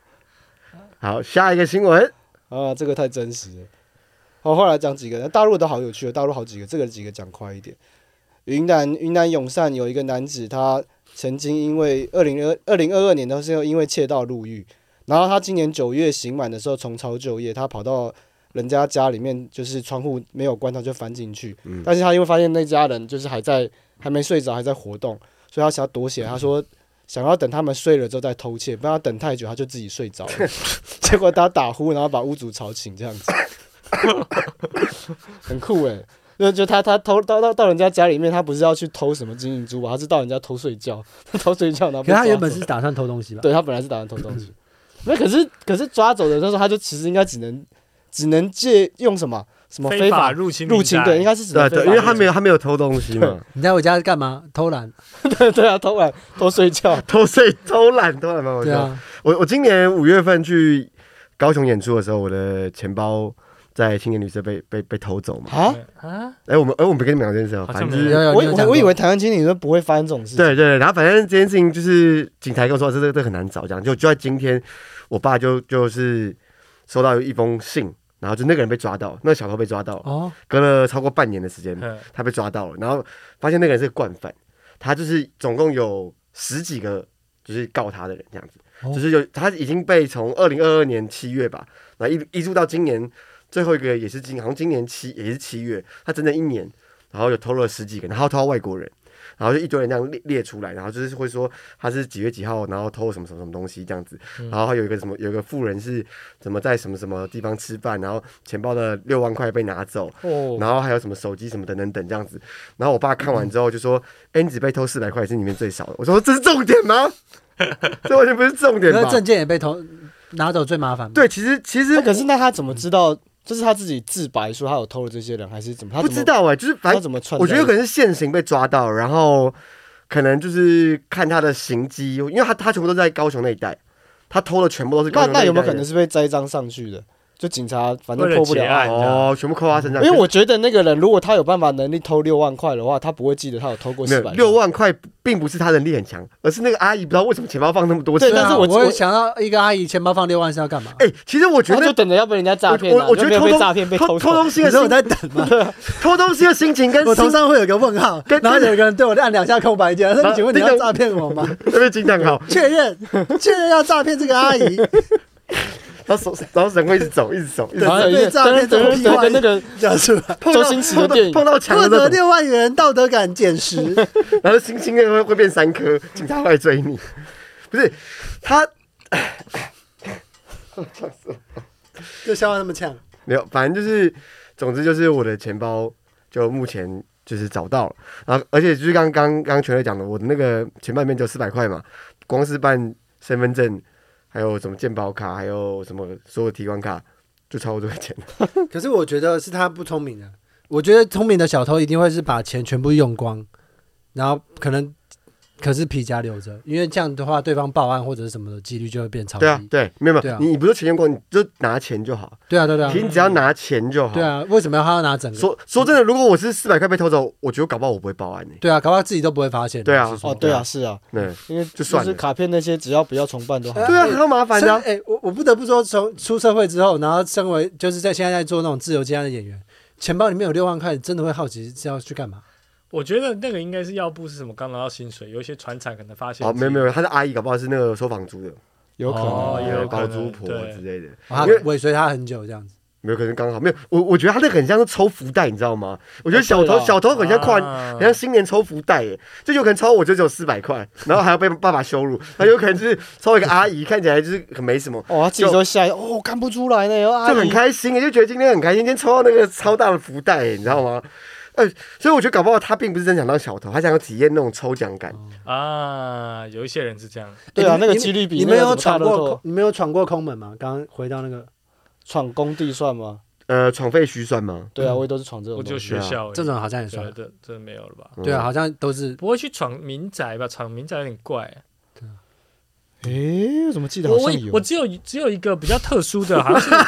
[SPEAKER 3] 好，下一个新闻，
[SPEAKER 2] <laughs> 啊，这个太真实了。好，后来讲几个，大陆都好有趣哦，大陆好几个，这个几个讲快一点。云南云南永善有一个男子，他曾经因为二零二二零二二年的时候因为窃盗入狱，然后他今年九月刑满的时候重操旧业，他跑到人家家里面，就是窗户没有关，他就翻进去，
[SPEAKER 3] 嗯
[SPEAKER 2] 但是他因为发现那家人就是还在还没睡着，还在活动，所以他想要躲起来，他说。想要等他们睡了之后再偷窃，不然他等太久他就自己睡着了。结果他打呼，然后把屋主吵醒，这样子， <laughs> 很酷哎。就就他他偷到到到人家家里面，他不是要去偷什么金银珠宝，他是到人家偷睡觉， <laughs> 偷睡觉然后
[SPEAKER 1] 可
[SPEAKER 2] 被
[SPEAKER 1] 是他原
[SPEAKER 2] 抓
[SPEAKER 1] 本
[SPEAKER 2] 走
[SPEAKER 1] 是打算偷东西吧？
[SPEAKER 2] 对他本来是打算偷东西，那可是可是抓走的那时候，他就其实应该只能只能借用什么什么非
[SPEAKER 4] 法
[SPEAKER 2] 法
[SPEAKER 4] 入侵
[SPEAKER 2] 入侵，
[SPEAKER 4] 民宅
[SPEAKER 2] 对，应该是只
[SPEAKER 3] 对
[SPEAKER 2] 能
[SPEAKER 3] 啊对，
[SPEAKER 2] 非法
[SPEAKER 3] 因为他没有他没有偷东西嘛，
[SPEAKER 1] <laughs> 你在我家干嘛？偷懒？
[SPEAKER 2] 入侵对啊，偷懒偷睡觉，
[SPEAKER 3] 偷睡偷懒偷懒蛮
[SPEAKER 2] 哦
[SPEAKER 3] 好
[SPEAKER 1] 对
[SPEAKER 3] 笑。
[SPEAKER 1] 啊，
[SPEAKER 3] 我我今年五月份去高雄演出的时候，我的钱包在青年旅社被被被偷走嘛。
[SPEAKER 2] 啊！
[SPEAKER 4] 啊，
[SPEAKER 3] 哎，我们哎我们没跟你们讲这件事哦，
[SPEAKER 4] 好
[SPEAKER 3] 反
[SPEAKER 4] 像
[SPEAKER 3] 正
[SPEAKER 4] 没
[SPEAKER 3] 就是
[SPEAKER 1] 有有
[SPEAKER 2] 我
[SPEAKER 1] 你
[SPEAKER 2] 以
[SPEAKER 1] 有讲
[SPEAKER 2] 我我以
[SPEAKER 1] 过
[SPEAKER 2] 为台湾经理都不会发生这种事情，
[SPEAKER 3] 对对，然后反正这件事情就是警察跟我说这个这个很难找，这样就就在今天，我爸就就是收到一封信，然后就那个人被抓到，那个小偷被抓到，
[SPEAKER 1] 哦，
[SPEAKER 3] 隔了超过半年的时间，
[SPEAKER 4] 嗯
[SPEAKER 3] 他被抓到了，然后发现那个人是个惯犯，他就是总共有十几个就是告他的人这样子，
[SPEAKER 1] 哦
[SPEAKER 3] 就是有他已经被从二零二二年七月吧，然后一一直到今年最后一个也是今好像今年七也是七月，他整整一年，然后有偷了十几个，然后偷到外国人。然后就一堆人这样列列出来，然后就是会说他是几月几号，然后偷了什么什么什么东西这样子，然后还有一个什么有一个富人是怎么在什么什么地方吃饭，然后钱包的六万块被拿走，
[SPEAKER 4] 哦，
[SPEAKER 3] 然后还有什么手机什么等等等这样子。然后我爸看完之后就说：“哎、你只被偷四百块，是里面最少的。”我说：“这是重点吗？这完全不是重点
[SPEAKER 1] 那
[SPEAKER 3] 吧
[SPEAKER 1] 证件也被偷拿走最麻烦。”，
[SPEAKER 3] 对，其实其实
[SPEAKER 2] 那可是那他怎么知道？这是他自己自白说他有偷了这些人，还是怎么？他
[SPEAKER 3] 不
[SPEAKER 2] 怎么
[SPEAKER 3] 知，道哎、就是反
[SPEAKER 2] 他
[SPEAKER 3] 正
[SPEAKER 2] 怎么串在一
[SPEAKER 3] 我
[SPEAKER 2] 起？
[SPEAKER 3] 觉得有可能是现行被抓到，然后可能就是看他的行迹，因为他他全部都在高雄那一带，他偷的全部都是高
[SPEAKER 2] 那
[SPEAKER 3] 雄
[SPEAKER 2] 那
[SPEAKER 3] 一带
[SPEAKER 2] 有没有
[SPEAKER 3] 的
[SPEAKER 2] 可能是被栽赃上去的？就警察反正
[SPEAKER 4] 为了
[SPEAKER 2] 破不了
[SPEAKER 4] 结
[SPEAKER 2] 案
[SPEAKER 4] 案，
[SPEAKER 3] 哦，全部扣他身上，
[SPEAKER 2] 啊因为我觉得那个人如果他有办法能力偷六万块的话，他不会记得他有偷过
[SPEAKER 3] 没
[SPEAKER 2] 四
[SPEAKER 3] 有
[SPEAKER 2] 百
[SPEAKER 3] 六。万块，并不是他能力很强，而是那个阿姨不知道为什么钱包放那么多钱。
[SPEAKER 2] 对但是
[SPEAKER 1] 啊
[SPEAKER 2] 我
[SPEAKER 1] 我
[SPEAKER 2] 我
[SPEAKER 1] 有想到一个阿姨钱包放六万是要干嘛？
[SPEAKER 3] 哎、其实我觉
[SPEAKER 2] 他
[SPEAKER 3] 得
[SPEAKER 2] 就等着要被人家诈骗啊
[SPEAKER 3] 我我觉得
[SPEAKER 2] 就没有
[SPEAKER 3] 偷
[SPEAKER 2] 被
[SPEAKER 3] 偷
[SPEAKER 2] 诈骗被
[SPEAKER 3] 偷
[SPEAKER 2] 偷
[SPEAKER 3] 偷
[SPEAKER 2] <laughs> 走。
[SPEAKER 3] 东西
[SPEAKER 1] 你
[SPEAKER 3] 的
[SPEAKER 1] 说我
[SPEAKER 3] 心，
[SPEAKER 1] 在等吗？
[SPEAKER 3] 偷东西的心情跟
[SPEAKER 1] 我头
[SPEAKER 3] 心
[SPEAKER 1] 上会有个问号
[SPEAKER 3] 跟，
[SPEAKER 1] 然后有一个人对我按两下空白键，他说：“请问你要诈骗我吗
[SPEAKER 3] 那边金蛋糕，？”
[SPEAKER 1] <laughs> 确认，确认要诈骗这个阿 <laughs> 姨。
[SPEAKER 3] 然后手，然后神会一直走，一直走，一直
[SPEAKER 1] 然
[SPEAKER 3] 走
[SPEAKER 1] 后有一个
[SPEAKER 2] 对对对对，跟那个
[SPEAKER 1] 讲出来，
[SPEAKER 3] 碰
[SPEAKER 2] 周
[SPEAKER 3] 到
[SPEAKER 2] 星驰的
[SPEAKER 3] 碰到
[SPEAKER 2] 电影
[SPEAKER 3] 碰到墙
[SPEAKER 1] 获
[SPEAKER 3] 的那
[SPEAKER 1] 得
[SPEAKER 3] 种，
[SPEAKER 1] 六万元道德感减十。
[SPEAKER 3] 然后星星那个会会变三颗，警察会来追你。不是他
[SPEAKER 1] <laughs> 就笑话那么呛，
[SPEAKER 3] 没有，反正就是，总之就是我的钱包就目前就是找到了，然后而且就是刚刚刚全队讲的，我的那个钱包里面只有四百块嘛，光是办身份证，还有什么健保卡，还有什么所有提款卡，就超过这个钱。
[SPEAKER 1] 可是我觉得是他不聪明啊。我觉得聪明的小偷一定会是把钱全部用光，然后可能可是皮夹留着，因为这样的话对方报案或者是什么的几率就会变超低。
[SPEAKER 3] 对啊，对，没有没
[SPEAKER 1] 对
[SPEAKER 3] 有，
[SPEAKER 1] 啊
[SPEAKER 3] 你你不是全用光，你就拿钱就好，
[SPEAKER 1] 对啊，对啊，对
[SPEAKER 3] 其实
[SPEAKER 1] 啊，
[SPEAKER 3] 你只要拿钱就好。
[SPEAKER 1] 对啊，为什么要他要拿整个？
[SPEAKER 3] 说说真的，如果我是四百块被偷走，我觉得搞不好我不会报案呢、
[SPEAKER 1] 对啊，搞不好自己都不会发现。
[SPEAKER 3] 对啊
[SPEAKER 1] 老实说
[SPEAKER 2] 哦，对啊，是啊，
[SPEAKER 3] 嗯，
[SPEAKER 2] 因为
[SPEAKER 3] 就算
[SPEAKER 2] 是
[SPEAKER 3] 了
[SPEAKER 2] 卡片那些，只要不要重办都好
[SPEAKER 1] 哎。
[SPEAKER 3] 对啊，超麻烦的啊、
[SPEAKER 1] 哎、我我不得不说，从出社会之后，然后身为就是在现在在做那种自由接案的演员，钱包里面有六万块，真的会好奇是要去干嘛？
[SPEAKER 4] 我觉得那个应该是要不是什么刚拿到薪水，有一些船厂可能发现
[SPEAKER 3] 哦，没有没有，他的阿姨搞不好是那个收房租的，
[SPEAKER 2] 有可能。啊
[SPEAKER 4] 哦也有可
[SPEAKER 3] 包
[SPEAKER 4] 能
[SPEAKER 3] 租婆
[SPEAKER 4] 对
[SPEAKER 3] 之类的，
[SPEAKER 1] 哦他
[SPEAKER 3] 因为
[SPEAKER 1] 尾随他很久这样子，
[SPEAKER 3] 没有可能刚好没有。我我觉得他那个很像是抽福袋，你知道吗？我觉得
[SPEAKER 2] 哦
[SPEAKER 3] 小
[SPEAKER 2] 对
[SPEAKER 3] 偷
[SPEAKER 2] 啦
[SPEAKER 3] 小偷很像跨
[SPEAKER 4] 啊
[SPEAKER 3] 人家新年抽福袋耶，这有可能抽我就只有四百块，然后还要被爸爸羞辱，那有可能就是抽一个阿姨，看起来就是很没什么，
[SPEAKER 2] 哦，他自己都吓一跳，哦，看不出来呢，
[SPEAKER 1] 啊
[SPEAKER 2] 有阿啊
[SPEAKER 3] 就很
[SPEAKER 2] 姨
[SPEAKER 3] 开心耶，就觉得今天很开心，今天抽到那个超大的福袋耶，你知道吗？
[SPEAKER 1] 嗯
[SPEAKER 3] 呃，所以我觉得搞不好他并不是真想当小偷，他想要体验那种抽奖感。
[SPEAKER 1] 嗯
[SPEAKER 4] 啊，有一些人是这样，
[SPEAKER 2] 对
[SPEAKER 1] 诶
[SPEAKER 2] 啊
[SPEAKER 1] 你
[SPEAKER 2] 那个
[SPEAKER 1] 你
[SPEAKER 2] 几率比
[SPEAKER 1] 你
[SPEAKER 2] 那
[SPEAKER 1] 们有
[SPEAKER 2] 个什么大
[SPEAKER 1] 闯过
[SPEAKER 2] 乐透
[SPEAKER 1] 空，你们有闯过空门吗？刚刚回到那个，
[SPEAKER 2] 闯工地算吗？
[SPEAKER 3] 呃，闯废墟算吗？
[SPEAKER 1] 嗯
[SPEAKER 2] 对啊，我也都是闯这种
[SPEAKER 4] 我
[SPEAKER 2] 东西。
[SPEAKER 4] 就学校而已
[SPEAKER 1] 这种好像也算
[SPEAKER 4] 对，这这没有了吧？
[SPEAKER 3] 嗯
[SPEAKER 1] 对啊，，好像都是
[SPEAKER 4] 不会去闯民宅吧？闯民宅有点怪、啊
[SPEAKER 2] 诶，我怎么记得好
[SPEAKER 4] 我我
[SPEAKER 2] 像有
[SPEAKER 4] 我？只有只有一个比较特殊的，好像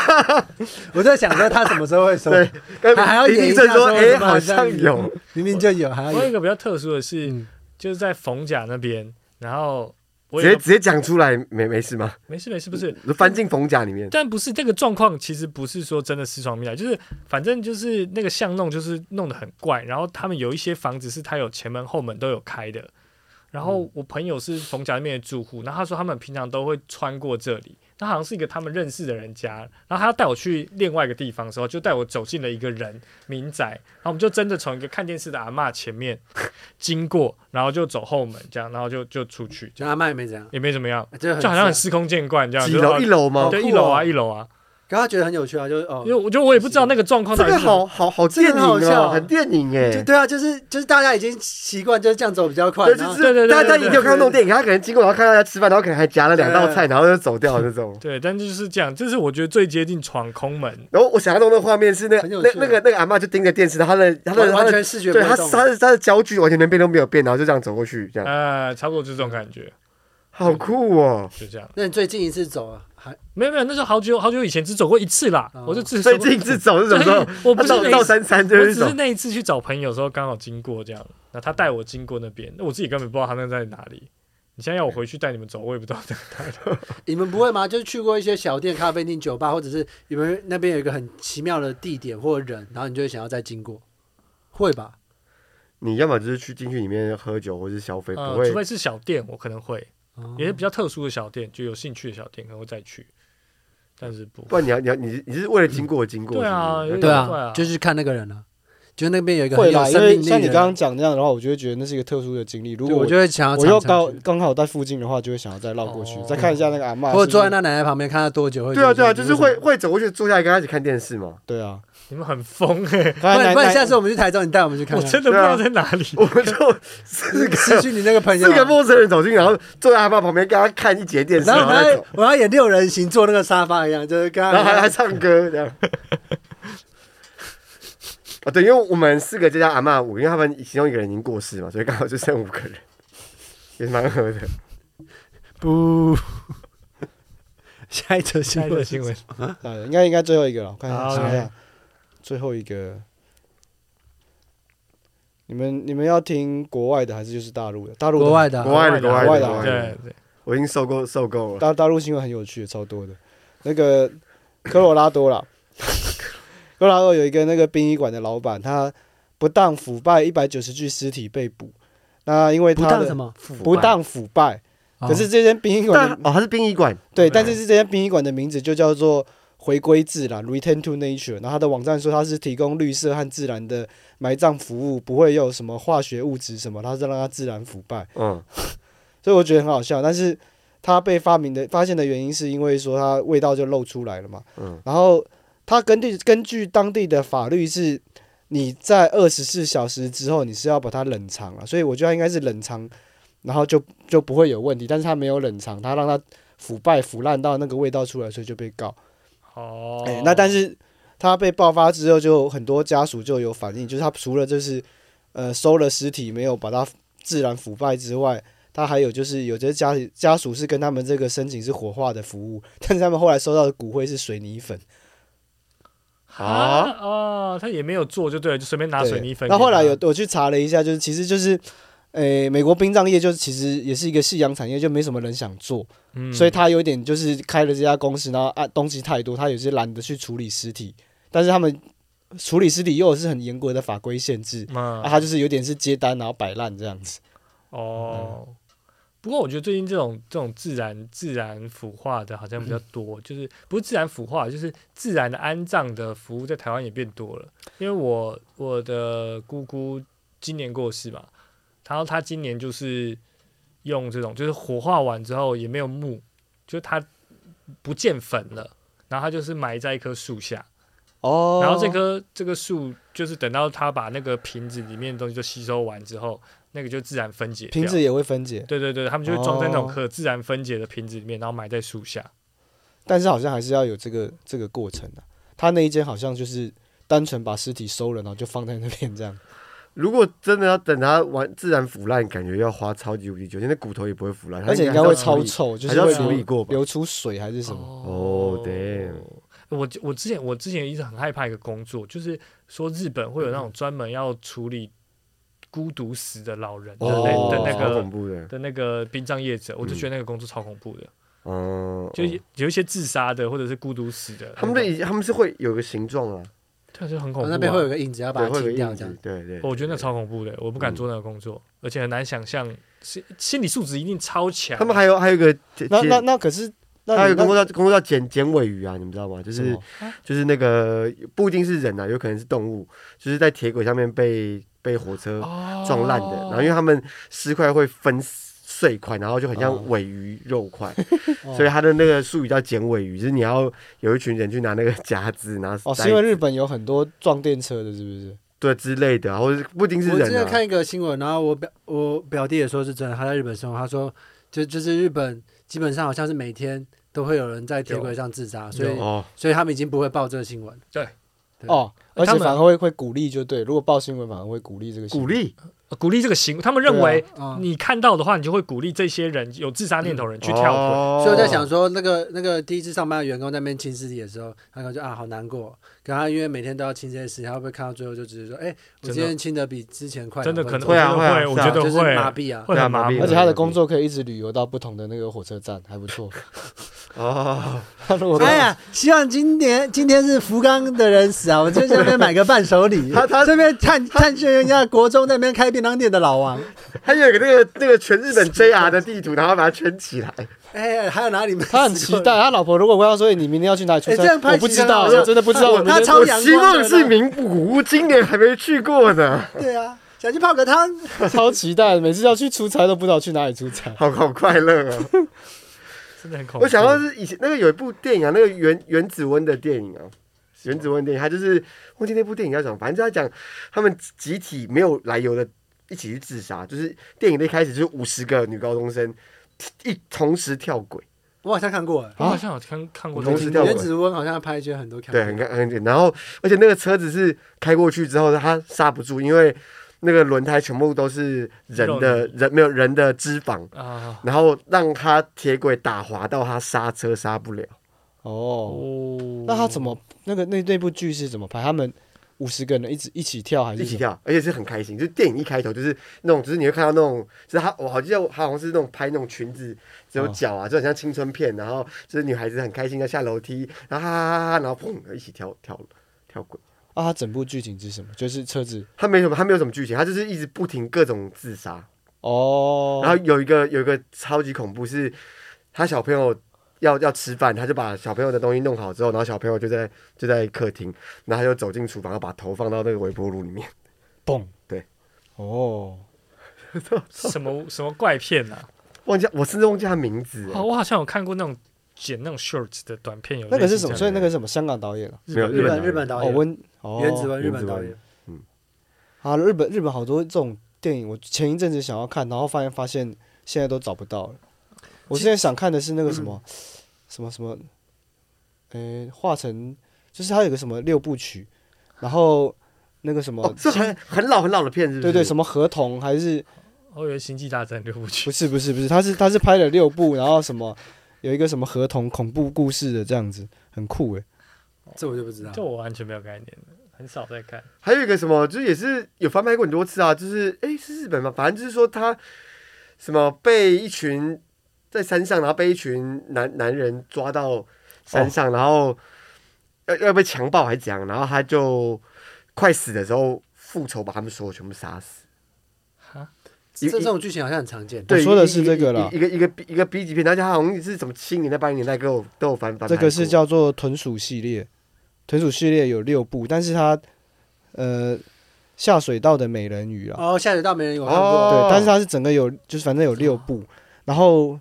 [SPEAKER 4] 是
[SPEAKER 1] 我在想说他什么时候会收，
[SPEAKER 3] 对但
[SPEAKER 1] 还要
[SPEAKER 3] 林
[SPEAKER 1] 演一
[SPEAKER 3] 立
[SPEAKER 1] 下
[SPEAKER 3] 正说，
[SPEAKER 1] 说
[SPEAKER 3] 哎，
[SPEAKER 1] 怎么
[SPEAKER 3] 好
[SPEAKER 1] 好像
[SPEAKER 3] 像有
[SPEAKER 1] 有。明明就有，还要
[SPEAKER 4] 我有一
[SPEAKER 1] 有
[SPEAKER 4] 个比较特殊的是，
[SPEAKER 1] 嗯
[SPEAKER 4] 就是在冯甲那边，然后我
[SPEAKER 3] 直
[SPEAKER 4] 有一
[SPEAKER 3] 接
[SPEAKER 4] 个
[SPEAKER 3] 直接讲出来没没事吗？
[SPEAKER 4] 没事没事，不是，
[SPEAKER 3] 翻进冯甲里面，
[SPEAKER 4] 但不是这个状况，其实不是说真的私闯民宅，就是反正就是那个巷弄就是弄得很怪，然后他们有一些房子是他有前门后门都有开的，然
[SPEAKER 3] 嗯
[SPEAKER 4] 后我朋友是冯甲那边的住户，然后他说他们平常都会穿过这里，那好像是一个他们认识的人家，然后他要带我去另外一个地方的时候，就带我走进了一个人民宅，然后我们就真的从一个看电视的阿嬷前面 <laughs> 经过，然后就走后门这样，然后就就出去，
[SPEAKER 1] 就阿麦也没怎样，
[SPEAKER 4] 也没怎么样，
[SPEAKER 1] 就
[SPEAKER 4] 就好像很
[SPEAKER 1] 自
[SPEAKER 4] 司空见惯这
[SPEAKER 1] 啊
[SPEAKER 4] 样，
[SPEAKER 3] 呃
[SPEAKER 4] 就
[SPEAKER 3] 几楼
[SPEAKER 4] 是
[SPEAKER 3] 一楼吗
[SPEAKER 1] 好？
[SPEAKER 4] 对，
[SPEAKER 1] 酷
[SPEAKER 4] 一楼啊，
[SPEAKER 1] 哦
[SPEAKER 4] 一楼啊，
[SPEAKER 1] 然，可他觉得很有趣啊，就是哦
[SPEAKER 4] 因为，我觉得我也不知道那个状况
[SPEAKER 3] 这
[SPEAKER 4] 到底
[SPEAKER 3] 个
[SPEAKER 4] 是什么
[SPEAKER 3] 好好好
[SPEAKER 1] 啊这个
[SPEAKER 3] 电
[SPEAKER 1] 很
[SPEAKER 3] 影
[SPEAKER 1] 好笑
[SPEAKER 3] 哦，
[SPEAKER 1] 啊
[SPEAKER 3] 很电影哎
[SPEAKER 1] 就。对啊，就是就是大家已经习惯就是这样走比较快，
[SPEAKER 3] 对，
[SPEAKER 1] 然
[SPEAKER 3] 就
[SPEAKER 1] 后
[SPEAKER 4] 对对对
[SPEAKER 3] 是大家
[SPEAKER 4] 对
[SPEAKER 3] 一定有看到那种电影，他可能经过，然后看到他吃饭，然后可能还夹了两道菜，然后就走掉那种。
[SPEAKER 4] 对，但就是这样，这是我觉得最接近闯空门。
[SPEAKER 3] 然后我想象中的画面是那
[SPEAKER 1] 很有
[SPEAKER 3] 那
[SPEAKER 1] 趣
[SPEAKER 3] 那个那个阿嬷就盯着电视，然后她的她的
[SPEAKER 1] 完
[SPEAKER 3] 她
[SPEAKER 1] 完
[SPEAKER 3] 的
[SPEAKER 1] 全视觉
[SPEAKER 3] 对
[SPEAKER 1] 不会
[SPEAKER 3] 她
[SPEAKER 1] 动
[SPEAKER 3] 她的她的焦距完全连变都没有变，然后就这样走过去，这样
[SPEAKER 4] 呃，差不多就是这种感觉，
[SPEAKER 3] 好酷哦！
[SPEAKER 4] 就这样。
[SPEAKER 1] 那你最近一次走啊，还
[SPEAKER 4] 没有没有，那时候好久好久以前只走过一次啦，
[SPEAKER 1] 哦
[SPEAKER 4] 我就只
[SPEAKER 3] 最近是走是什么时 <laughs> 候？
[SPEAKER 4] 对我不是
[SPEAKER 3] 她到
[SPEAKER 4] 那一
[SPEAKER 3] 到
[SPEAKER 4] 次
[SPEAKER 3] 三三
[SPEAKER 4] 我
[SPEAKER 3] 就是一
[SPEAKER 4] 只是
[SPEAKER 3] 种
[SPEAKER 4] 那一次去找朋友的时候刚好经过这样，那他带我经过那边，那我自己根本不知道他那在哪里。你现在要我回去带你们走，我也不知道在哪里。
[SPEAKER 1] 你们不会吗？就是去过一些小店、咖啡厅、酒吧，或者是你们那边有一个很奇妙的地点或人，然后你就会想要再经过，会吧？
[SPEAKER 3] 你要么就是去进去里面喝酒或是消费，不
[SPEAKER 4] 呃，
[SPEAKER 3] 会
[SPEAKER 4] 除非是小店，我可能会，
[SPEAKER 1] 哦
[SPEAKER 4] 有些比较特殊的小店，就有兴趣的小店可能会再去，但是不
[SPEAKER 3] 不然你要你要你你是为了经过而经过，
[SPEAKER 4] 对啊
[SPEAKER 3] 是不
[SPEAKER 1] 对
[SPEAKER 3] 是
[SPEAKER 4] 对啊
[SPEAKER 1] 啊，就是看那个人啊，就那边有一个
[SPEAKER 2] 会
[SPEAKER 1] 很有
[SPEAKER 2] 啦，因
[SPEAKER 1] 生
[SPEAKER 2] 为
[SPEAKER 1] 命力
[SPEAKER 2] 像你
[SPEAKER 1] 的
[SPEAKER 2] 刚
[SPEAKER 1] 人
[SPEAKER 2] 刚，讲那样的话，我就会觉得那是一个特殊的经历。如
[SPEAKER 1] 对
[SPEAKER 2] 果
[SPEAKER 1] 我就会想要
[SPEAKER 2] 我又
[SPEAKER 1] 常常
[SPEAKER 2] 刚
[SPEAKER 1] 去
[SPEAKER 2] 刚好在附近的话，就会想要再绕过去，
[SPEAKER 4] 哦
[SPEAKER 2] 再看一下那个阿嬷。
[SPEAKER 1] 或者坐在
[SPEAKER 2] 那。
[SPEAKER 1] 那奶奶旁边看她多久会觉
[SPEAKER 3] 对啊
[SPEAKER 1] 得
[SPEAKER 3] 对啊，
[SPEAKER 1] 你
[SPEAKER 3] 就是
[SPEAKER 1] 为什
[SPEAKER 3] 会
[SPEAKER 1] 么。
[SPEAKER 3] 会走过去坐下来跟他一起看电视 <laughs> 嘛。
[SPEAKER 2] 对啊，
[SPEAKER 4] 你们很疯哎、
[SPEAKER 1] 不
[SPEAKER 2] 刚才
[SPEAKER 1] 然
[SPEAKER 2] 奶
[SPEAKER 1] 不然，下
[SPEAKER 2] 奶
[SPEAKER 1] 次我们去台中，你带我们去
[SPEAKER 3] 啊
[SPEAKER 1] 看
[SPEAKER 4] 我
[SPEAKER 1] 看。
[SPEAKER 4] 真的不知道在哪里。
[SPEAKER 3] 我们就四个
[SPEAKER 1] 失去你那个朋友
[SPEAKER 3] 四
[SPEAKER 1] 啊，
[SPEAKER 3] 个陌生人走进，然后坐在他爸旁边，跟他看一节电视，
[SPEAKER 1] 然后我们
[SPEAKER 3] 然后再
[SPEAKER 1] 要
[SPEAKER 3] 走，
[SPEAKER 1] 我要演六人行，坐那个沙发一样，就是刚
[SPEAKER 3] <laughs> 然后还还
[SPEAKER 1] 刚
[SPEAKER 3] 唱歌这样。啊，对，因为我们四个就叫阿嬷五，因为他们其中一个人已经过世嘛，所以刚好就剩五个人， <laughs> 也是蛮合的。
[SPEAKER 1] 不。 <laughs> 下一则
[SPEAKER 4] 下
[SPEAKER 1] 新
[SPEAKER 4] 一
[SPEAKER 1] 闻
[SPEAKER 4] 个，新闻，
[SPEAKER 2] 啊，应该应该最后一个了，我看一下
[SPEAKER 4] 好
[SPEAKER 2] 想一下
[SPEAKER 4] OK
[SPEAKER 2] 最后一个。你们你们要听国外的还是就是大陆的？大陆的
[SPEAKER 1] 国外的啊
[SPEAKER 3] 国外的，国
[SPEAKER 4] 国
[SPEAKER 3] 外的，
[SPEAKER 2] 国外
[SPEAKER 3] 国外
[SPEAKER 4] 对
[SPEAKER 3] 的，
[SPEAKER 4] 对，
[SPEAKER 3] 我已经受够受够了。
[SPEAKER 2] 大大陆新闻很有趣的，超多的。那个科罗拉多
[SPEAKER 1] <laughs>
[SPEAKER 2] 啦，科罗拉多有一个那个殡仪馆的老板，他不当腐败一百九十具尸体被捕。那因为
[SPEAKER 1] 不
[SPEAKER 2] 他
[SPEAKER 1] 当
[SPEAKER 2] 的
[SPEAKER 1] 什么？
[SPEAKER 2] 不当腐败，
[SPEAKER 1] 哦
[SPEAKER 2] 可是这间殡仪馆
[SPEAKER 3] 但
[SPEAKER 2] 的
[SPEAKER 3] 哦，他是殡仪馆，
[SPEAKER 2] 对，但是是这家殡仪馆的名字就叫做回归自然 （Return to Nature）。然后它的网站说它是提供绿色和自然的埋葬服务，不会有什么化学物质什么，它是让它自然腐败。
[SPEAKER 3] 嗯，
[SPEAKER 2] 所以我觉得很好笑，但是它被发明的发现的原因是因为说它味道就露出来了嘛。
[SPEAKER 3] 嗯
[SPEAKER 2] 然后它根据根据当地的法律是。你在二十四小时之后，你是要把它冷藏了，所以我觉得它应该是冷藏，然后就就不会有问题。但是它没有冷藏，它让它腐败腐烂到那个味道出来，所以就被告。
[SPEAKER 4] 哦
[SPEAKER 2] 哎、那但是他被爆发之后，就很多家属就有反应，就是他除了就是呃收了尸体没有把它自然腐败之外，他还有就是有些家里家属是跟他们这个申请是火化的服务，但是他们后来收到的骨灰是水泥粉，
[SPEAKER 4] 啊哦，他也没有做就对了，就随便拿
[SPEAKER 2] 对
[SPEAKER 4] 水泥粉给他。
[SPEAKER 2] 那后来有我去查了一下，就是其实就是。诶、美国殡葬业就是其实也是一个夕阳产业，就没什么人想做，
[SPEAKER 4] 嗯，
[SPEAKER 2] 所以他有点就是开了这家公司，然后啊东西太多，他有些懒得去处理尸体，但是他们处理尸体又是很严格的法规限制，啊
[SPEAKER 4] 嗯
[SPEAKER 2] 啊，他就是有点是接单然后摆烂这样子。
[SPEAKER 4] 哦，不过我觉得最近这种这种自然自然腐化的好像比
[SPEAKER 2] 嗯
[SPEAKER 4] 较多，就是不是自然腐化，就是自然的安葬的服务在台湾也变多了。因为我我的姑姑今年过世嘛，然后她今年就是用这种，就是火化完之后也没有墓，就是她不见坟了，然后她就是埋在一棵树下，
[SPEAKER 2] 哦，
[SPEAKER 4] 然后这棵这个树就是等到它把那个瓶子里面的东西都吸收完之后，那个就自然分解掉。
[SPEAKER 2] 瓶子也会分解，
[SPEAKER 4] 对对对，他们就会装在那种
[SPEAKER 2] 哦
[SPEAKER 4] 可自然分解的瓶子里面，然后埋在树下。
[SPEAKER 2] 但是好像还是要有这个这个过程的、啊。他那一间好像就是单纯把尸体收了，然后就放在那边
[SPEAKER 3] <laughs>
[SPEAKER 2] 这样。
[SPEAKER 3] 如果真的要等它完自然腐烂，感觉要花超级无敌久，因为那骨头也不会腐烂，它
[SPEAKER 2] 而且应
[SPEAKER 3] 应
[SPEAKER 2] 该
[SPEAKER 3] 还
[SPEAKER 2] 会
[SPEAKER 3] 是要处
[SPEAKER 2] 超
[SPEAKER 3] 理
[SPEAKER 2] 臭，就
[SPEAKER 3] 还
[SPEAKER 2] 是
[SPEAKER 3] 要
[SPEAKER 2] 会
[SPEAKER 3] 处理
[SPEAKER 2] 流
[SPEAKER 3] 过吧？
[SPEAKER 2] 流出水还是什么。
[SPEAKER 3] 哦 damn
[SPEAKER 4] 我我之前我之前一直很害怕一个工作，就是说日本会有那种专门要处理孤独死的老人的那、
[SPEAKER 2] 哦
[SPEAKER 4] 的那
[SPEAKER 3] 超恐
[SPEAKER 4] 个
[SPEAKER 3] 怖嗯的，
[SPEAKER 4] 的那个殡葬业者，我就觉得那个工作超恐怖的，
[SPEAKER 3] 嗯，
[SPEAKER 4] 就
[SPEAKER 3] 嗯
[SPEAKER 4] 有有一些自杀的或者是孤独死的，
[SPEAKER 3] 他们
[SPEAKER 4] 那
[SPEAKER 3] 的
[SPEAKER 4] 种
[SPEAKER 3] 以他们是会有个形状啊，
[SPEAKER 4] 对就很恐
[SPEAKER 1] 哦
[SPEAKER 4] 怖、啊。
[SPEAKER 1] 那边会有个印子，要把
[SPEAKER 3] 对，
[SPEAKER 1] 它
[SPEAKER 3] 会有个
[SPEAKER 1] 清掉
[SPEAKER 3] 印
[SPEAKER 1] 这样
[SPEAKER 3] 子。，对对。
[SPEAKER 4] 哦我觉得那超恐怖的，我不敢做那个工作，而且很难想象，心心理素质一定超强。
[SPEAKER 3] 他们还有还有一个剪，
[SPEAKER 2] 那
[SPEAKER 3] 剪
[SPEAKER 2] 那那可是，那你
[SPEAKER 3] 还有一个
[SPEAKER 2] 那
[SPEAKER 3] 工作叫工作叫剪剪尾鱼啊，你们知道吗？就
[SPEAKER 2] 什
[SPEAKER 3] 是
[SPEAKER 2] 么？
[SPEAKER 3] 就是那个不一定是人啊，有可能是动物，就是在铁轨上面被被火车撞烂的，
[SPEAKER 4] 哦
[SPEAKER 3] 然后因为他们尸块会分碎块，然后就很
[SPEAKER 2] 哦
[SPEAKER 3] 像尾鱼肉块，
[SPEAKER 1] 哦
[SPEAKER 3] 所以它的那个术语叫剪尾鱼，就是你要有一群人去拿那个夹子，拿
[SPEAKER 2] 哦，
[SPEAKER 3] 塞
[SPEAKER 2] 是因为日本有很多撞电车的，是不是？
[SPEAKER 3] 对之类的啊，或者是不一定是
[SPEAKER 1] 我之前
[SPEAKER 3] 人啊，
[SPEAKER 1] 看一个新闻，然后我表我表弟也说是真的，他在日本生活，他说就就是日本基本上好像是每天都会有人在铁轨上自杀，所以
[SPEAKER 4] 有
[SPEAKER 3] 哦，
[SPEAKER 1] 所以他们已经不会报这个新闻。对
[SPEAKER 2] 哦，而
[SPEAKER 4] 他
[SPEAKER 2] 且
[SPEAKER 4] 们
[SPEAKER 2] 反而会会鼓励，就对。如果报新闻，反而会鼓励这个新
[SPEAKER 3] 鼓
[SPEAKER 2] 闻。
[SPEAKER 3] 励
[SPEAKER 4] 呃鼓励这个行为，他们认为
[SPEAKER 3] 啊
[SPEAKER 1] 嗯，
[SPEAKER 4] 你看到的话，你就会鼓励这些人有自杀念头的人去跳轨。
[SPEAKER 3] 哦
[SPEAKER 1] 所以我在想说，那个那个第一次上班的员工在那边清尸体的时候，他可能就啊好难过，可他因为每天都要清这些尸体，他会不会看到最后就直接说，哎、我
[SPEAKER 4] 真的
[SPEAKER 1] 今天清的比之前快
[SPEAKER 4] 真
[SPEAKER 1] 两
[SPEAKER 4] 的
[SPEAKER 1] 分
[SPEAKER 4] 可
[SPEAKER 1] 钟，
[SPEAKER 4] 能
[SPEAKER 3] 会啊
[SPEAKER 4] 我觉得我
[SPEAKER 3] 会啊
[SPEAKER 4] 觉得
[SPEAKER 1] 就是麻
[SPEAKER 4] 会，
[SPEAKER 1] 痹啊，
[SPEAKER 4] 会很麻
[SPEAKER 3] 对啊
[SPEAKER 4] 痹
[SPEAKER 2] 而。且他的工作可以一直旅游到不同的那个火车站，还不错。
[SPEAKER 3] 哦，
[SPEAKER 2] 他如果
[SPEAKER 1] 哎呀，希望今年今天是福冈的人死啊！我就在那边买个伴手 <laughs> 礼，
[SPEAKER 3] 他他
[SPEAKER 1] 这边探探寻人家国中那边开便当店的老王。
[SPEAKER 3] 还有一个那个那个全日本 JR 的地图，然后把它圈起来，
[SPEAKER 1] 哎，还有哪里没？
[SPEAKER 2] 他很期待，。他老婆如果问他说哎你明天要去哪里出
[SPEAKER 1] 哎这样
[SPEAKER 2] 差，
[SPEAKER 1] 拍
[SPEAKER 2] 我不
[SPEAKER 1] 起
[SPEAKER 2] 知
[SPEAKER 1] 来
[SPEAKER 2] 道，
[SPEAKER 1] 好
[SPEAKER 2] 我
[SPEAKER 1] 像
[SPEAKER 2] 真的不知道。
[SPEAKER 1] 我
[SPEAKER 2] 我明
[SPEAKER 1] 他
[SPEAKER 2] 天
[SPEAKER 1] 超
[SPEAKER 3] 我
[SPEAKER 1] 阳
[SPEAKER 3] 希
[SPEAKER 1] 光的
[SPEAKER 3] 望是
[SPEAKER 1] 呢
[SPEAKER 3] 名古屋，今年还没去
[SPEAKER 4] <laughs>
[SPEAKER 3] 过呢，
[SPEAKER 1] 对啊，想去泡个汤。
[SPEAKER 2] 超期待，每次要去出差都不知道去哪里出
[SPEAKER 3] <laughs>
[SPEAKER 2] 差。
[SPEAKER 3] 好好快乐啊！
[SPEAKER 4] 真的很恐怖。
[SPEAKER 3] 我想
[SPEAKER 2] 啊
[SPEAKER 3] 到是以前那个有一部电影啊，那个原原子温的电影啊，原子温电影，他就是忘记那部电影叫什么，反正就在讲他们集体没有来由的一起去自杀，就是电影的一开始就是五十个女高中生一同时跳轨，
[SPEAKER 1] 我好像看过，哎
[SPEAKER 4] 我好像有看看过这
[SPEAKER 3] 同
[SPEAKER 4] 个
[SPEAKER 3] 时
[SPEAKER 4] 新
[SPEAKER 3] 掉
[SPEAKER 4] 闻，
[SPEAKER 1] 原子温好像拍一些很多
[SPEAKER 3] 对，
[SPEAKER 1] 看
[SPEAKER 3] 很
[SPEAKER 1] 过。
[SPEAKER 3] 干很简单然后而且那个车子是开过去之后，它刹不住，因为那个轮胎全部都是人的
[SPEAKER 4] 肉
[SPEAKER 3] 人没有人的脂肪，
[SPEAKER 4] 啊，
[SPEAKER 3] 然后让它铁轨打滑到它刹车刹不了。
[SPEAKER 2] 哦，
[SPEAKER 4] 哦
[SPEAKER 2] 那他怎？么那个那那部剧是怎么拍？他们五十个人一直一起跳还是
[SPEAKER 3] 一
[SPEAKER 2] 什
[SPEAKER 3] 起
[SPEAKER 2] 么？
[SPEAKER 3] 跳，而且是很开心。就是电影一开头就是那种，就是你会看到那种，就是他，我好记得他好像是那种拍那种裙子只有脚啊，就很像青春片。然后就是女孩子很开心的下楼梯，然后哈哈哈哈，然后砰一起跳跳跳轨。
[SPEAKER 2] 啊，他整部剧情是什么？就是车子
[SPEAKER 3] 他没什么，他没有什么剧情，他就是一直不停各种自杀。
[SPEAKER 2] 哦，
[SPEAKER 3] 然后有一个有一个超级恐怖是，他小朋友要要吃饭，他就把小朋友的东西弄好之后，然后小朋友就在就在客厅，然后他就走进厨房，然后把头放到那个微波炉里面。
[SPEAKER 2] 蹦
[SPEAKER 3] 对
[SPEAKER 2] 哦，
[SPEAKER 4] 什么什么怪片啊？
[SPEAKER 3] 忘记我甚至忘记他名字了。
[SPEAKER 4] 哦，我好像有看过那种剪那种 shorts 的短片，有
[SPEAKER 2] 那个是
[SPEAKER 4] 类似
[SPEAKER 2] 什么？
[SPEAKER 4] 这
[SPEAKER 2] 所以
[SPEAKER 4] 样
[SPEAKER 2] 那个是什么香港导演啊？
[SPEAKER 3] 没有
[SPEAKER 1] 日
[SPEAKER 3] 本
[SPEAKER 1] 本日本导
[SPEAKER 2] 哦，
[SPEAKER 1] 演，
[SPEAKER 2] 温哦，
[SPEAKER 1] 原子温日本
[SPEAKER 3] 原子温
[SPEAKER 1] 导演。
[SPEAKER 2] 啊，日本日本好多这种电影，我前一阵子想要看，然后发现发现现在都找不到了。我现在想看的是那个什么、
[SPEAKER 1] 嗯
[SPEAKER 2] 什么什么，呃、化成就是它有个什么六部曲，然后那个什么，
[SPEAKER 3] 哦，是很很老很老的片，是不是？
[SPEAKER 2] 对对，什么
[SPEAKER 3] 么？
[SPEAKER 2] 合同还是
[SPEAKER 4] 我以为《哦星际大战》六部曲
[SPEAKER 2] 不，是不是不是，它是它是拍了六部，然后什么有一个什么合同恐怖故事的这样子，很酷诶。
[SPEAKER 1] 这我就不知道。
[SPEAKER 4] 这我完全没有概念的，很少在看。
[SPEAKER 3] 还有一个什么，就是也是有翻拍过很多次啊，就是哎是日本吗？反正就是说他什么被一群在山上，然后被一群男男人抓到山上，
[SPEAKER 2] 哦
[SPEAKER 3] 然后要要被强暴还是怎样，然后他就快死的时候复仇，把他们所有全部杀死。
[SPEAKER 4] 哈，
[SPEAKER 1] 这这种剧情好像很常见。
[SPEAKER 3] 对，
[SPEAKER 2] 我说的是这个啦
[SPEAKER 3] 一个一个一个 B 一个 B 级片，而且它好像是什么七零年代、八零年代都有都有翻翻拍
[SPEAKER 2] 这
[SPEAKER 3] 过。
[SPEAKER 2] 个是叫做豚鼠系列，豚鼠系列有六部，但是它呃下水道的美人鱼啊，
[SPEAKER 1] 哦，下水道没人有看过，
[SPEAKER 3] 哦
[SPEAKER 2] 对，但是它是整个有，就是反正有六部，然后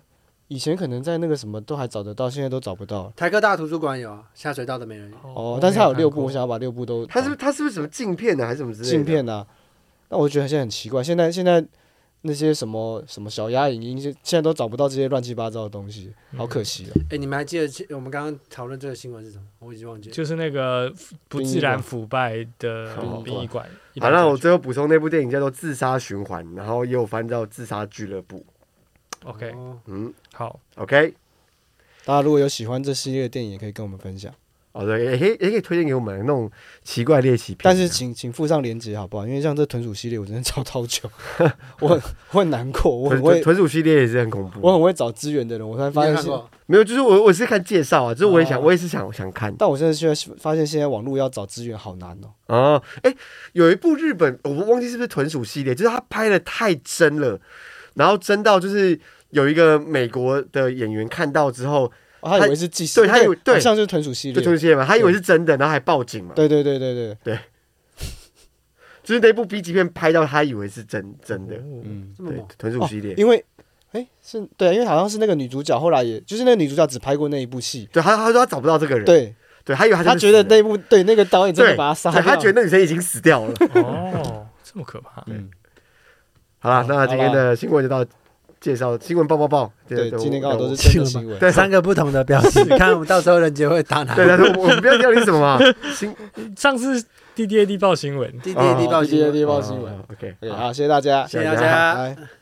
[SPEAKER 2] 以前可能在那个什么都还找得到，现在都找不到了。
[SPEAKER 1] 台科大图书馆有啊，下水道的美人鱼。
[SPEAKER 2] 哦，但是它有六部，我
[SPEAKER 4] 我没看过
[SPEAKER 2] 想要把六部都
[SPEAKER 3] 它是不是它是不是什么镜片呢、还是什么之类的？
[SPEAKER 2] 镜片啊。那我觉得现在很奇怪，现在现在那些什么什么小鸭影音，现现在都找不到这些乱七八糟的东西，
[SPEAKER 3] 嗯
[SPEAKER 2] 好可惜啊！
[SPEAKER 1] 哎，你们还记得我们刚刚讨论这个新闻是什么？我已经忘记了。
[SPEAKER 4] 就是那个不自然腐败的
[SPEAKER 3] 殡仪
[SPEAKER 2] 哦
[SPEAKER 3] 馆
[SPEAKER 4] 殡仪馆。
[SPEAKER 3] 好，那我最后补充那部电影叫做《自杀循环》，然后也有翻到《自杀俱乐部》。
[SPEAKER 4] OK
[SPEAKER 1] 哦
[SPEAKER 3] 嗯
[SPEAKER 4] 好，
[SPEAKER 3] ，OK，
[SPEAKER 2] 大家如果有喜欢这系列的电影，也可以跟我们分享，
[SPEAKER 3] 哦对，也可以也可以推荐给我们那种奇怪猎奇片。
[SPEAKER 2] 但是请请附上链接好不好？因为像这豚鼠系列，我真的找好久，我很我很难过，我
[SPEAKER 3] 豚
[SPEAKER 2] 很
[SPEAKER 3] 豚
[SPEAKER 2] 会
[SPEAKER 3] 豚鼠系列也是很恐
[SPEAKER 2] 我
[SPEAKER 3] 怖。
[SPEAKER 2] 很会找资源的人，我突然
[SPEAKER 1] 你
[SPEAKER 2] 发
[SPEAKER 1] 有
[SPEAKER 2] 现
[SPEAKER 1] 看
[SPEAKER 2] 是
[SPEAKER 1] 过？
[SPEAKER 3] 没有，就是我我是看介绍啊，就是我也想、
[SPEAKER 2] 哦
[SPEAKER 3] 我也是想想看
[SPEAKER 2] 但我真的现在发现，现在网络要找资源好难哦、
[SPEAKER 3] 哦。哎，有一部日本我忘记是不是豚鼠系列，就是他拍的太真了，然后真到就是有一个美国的演员看到之后，
[SPEAKER 2] 哦他以
[SPEAKER 3] 他
[SPEAKER 2] 为是祭祀，
[SPEAKER 3] 对他以为对
[SPEAKER 2] 好像就是豚鼠系
[SPEAKER 3] 就
[SPEAKER 2] 列，
[SPEAKER 3] 豚鼠系列嘛，他以为是真的，然后还报警嘛。
[SPEAKER 2] 对对对对对，
[SPEAKER 3] 就是那部 B 级片拍到他以为是真真的，
[SPEAKER 4] 嗯，
[SPEAKER 2] 嗯，
[SPEAKER 1] 这么
[SPEAKER 3] 对
[SPEAKER 1] 猛，，
[SPEAKER 3] 豚鼠系列。
[SPEAKER 2] 因为哎、是对，因为好像是那个女主角后来也就是那个女主角只拍过那一部戏，
[SPEAKER 3] 对，他他说他找不到这个人，
[SPEAKER 2] 对，
[SPEAKER 3] 对，他以为他
[SPEAKER 2] 她觉
[SPEAKER 3] 真
[SPEAKER 2] 得
[SPEAKER 3] 的死了
[SPEAKER 2] 那部对那个导演真的
[SPEAKER 3] 对
[SPEAKER 2] 把她杀
[SPEAKER 3] 对
[SPEAKER 2] 掉，
[SPEAKER 3] 他觉得那女生已经死
[SPEAKER 2] <laughs>
[SPEAKER 3] 掉了。
[SPEAKER 4] 哦， <laughs> 这么可怕。
[SPEAKER 2] 嗯，
[SPEAKER 3] 好了，那今天
[SPEAKER 2] 好啦
[SPEAKER 3] 的新闻就到介绍新闻报报报。
[SPEAKER 2] 对，今天刚好都
[SPEAKER 3] 是。
[SPEAKER 2] 是真的新闻，
[SPEAKER 3] 对
[SPEAKER 1] 三个不同的标
[SPEAKER 3] <laughs>
[SPEAKER 1] 题，看我们到时候人杰会打哪
[SPEAKER 3] 对，但是我我们不要掉你什么嘛。新
[SPEAKER 4] 上次 D D A D 报新闻，
[SPEAKER 1] ？D D A D 报
[SPEAKER 2] 第一
[SPEAKER 1] 新
[SPEAKER 2] 个
[SPEAKER 1] 闻
[SPEAKER 2] 地报新闻
[SPEAKER 3] 哦，OK，
[SPEAKER 2] OK，
[SPEAKER 3] 好
[SPEAKER 2] 好，谢谢大家，
[SPEAKER 1] 谢谢大
[SPEAKER 3] 谢谢大
[SPEAKER 1] 家
[SPEAKER 2] 拜。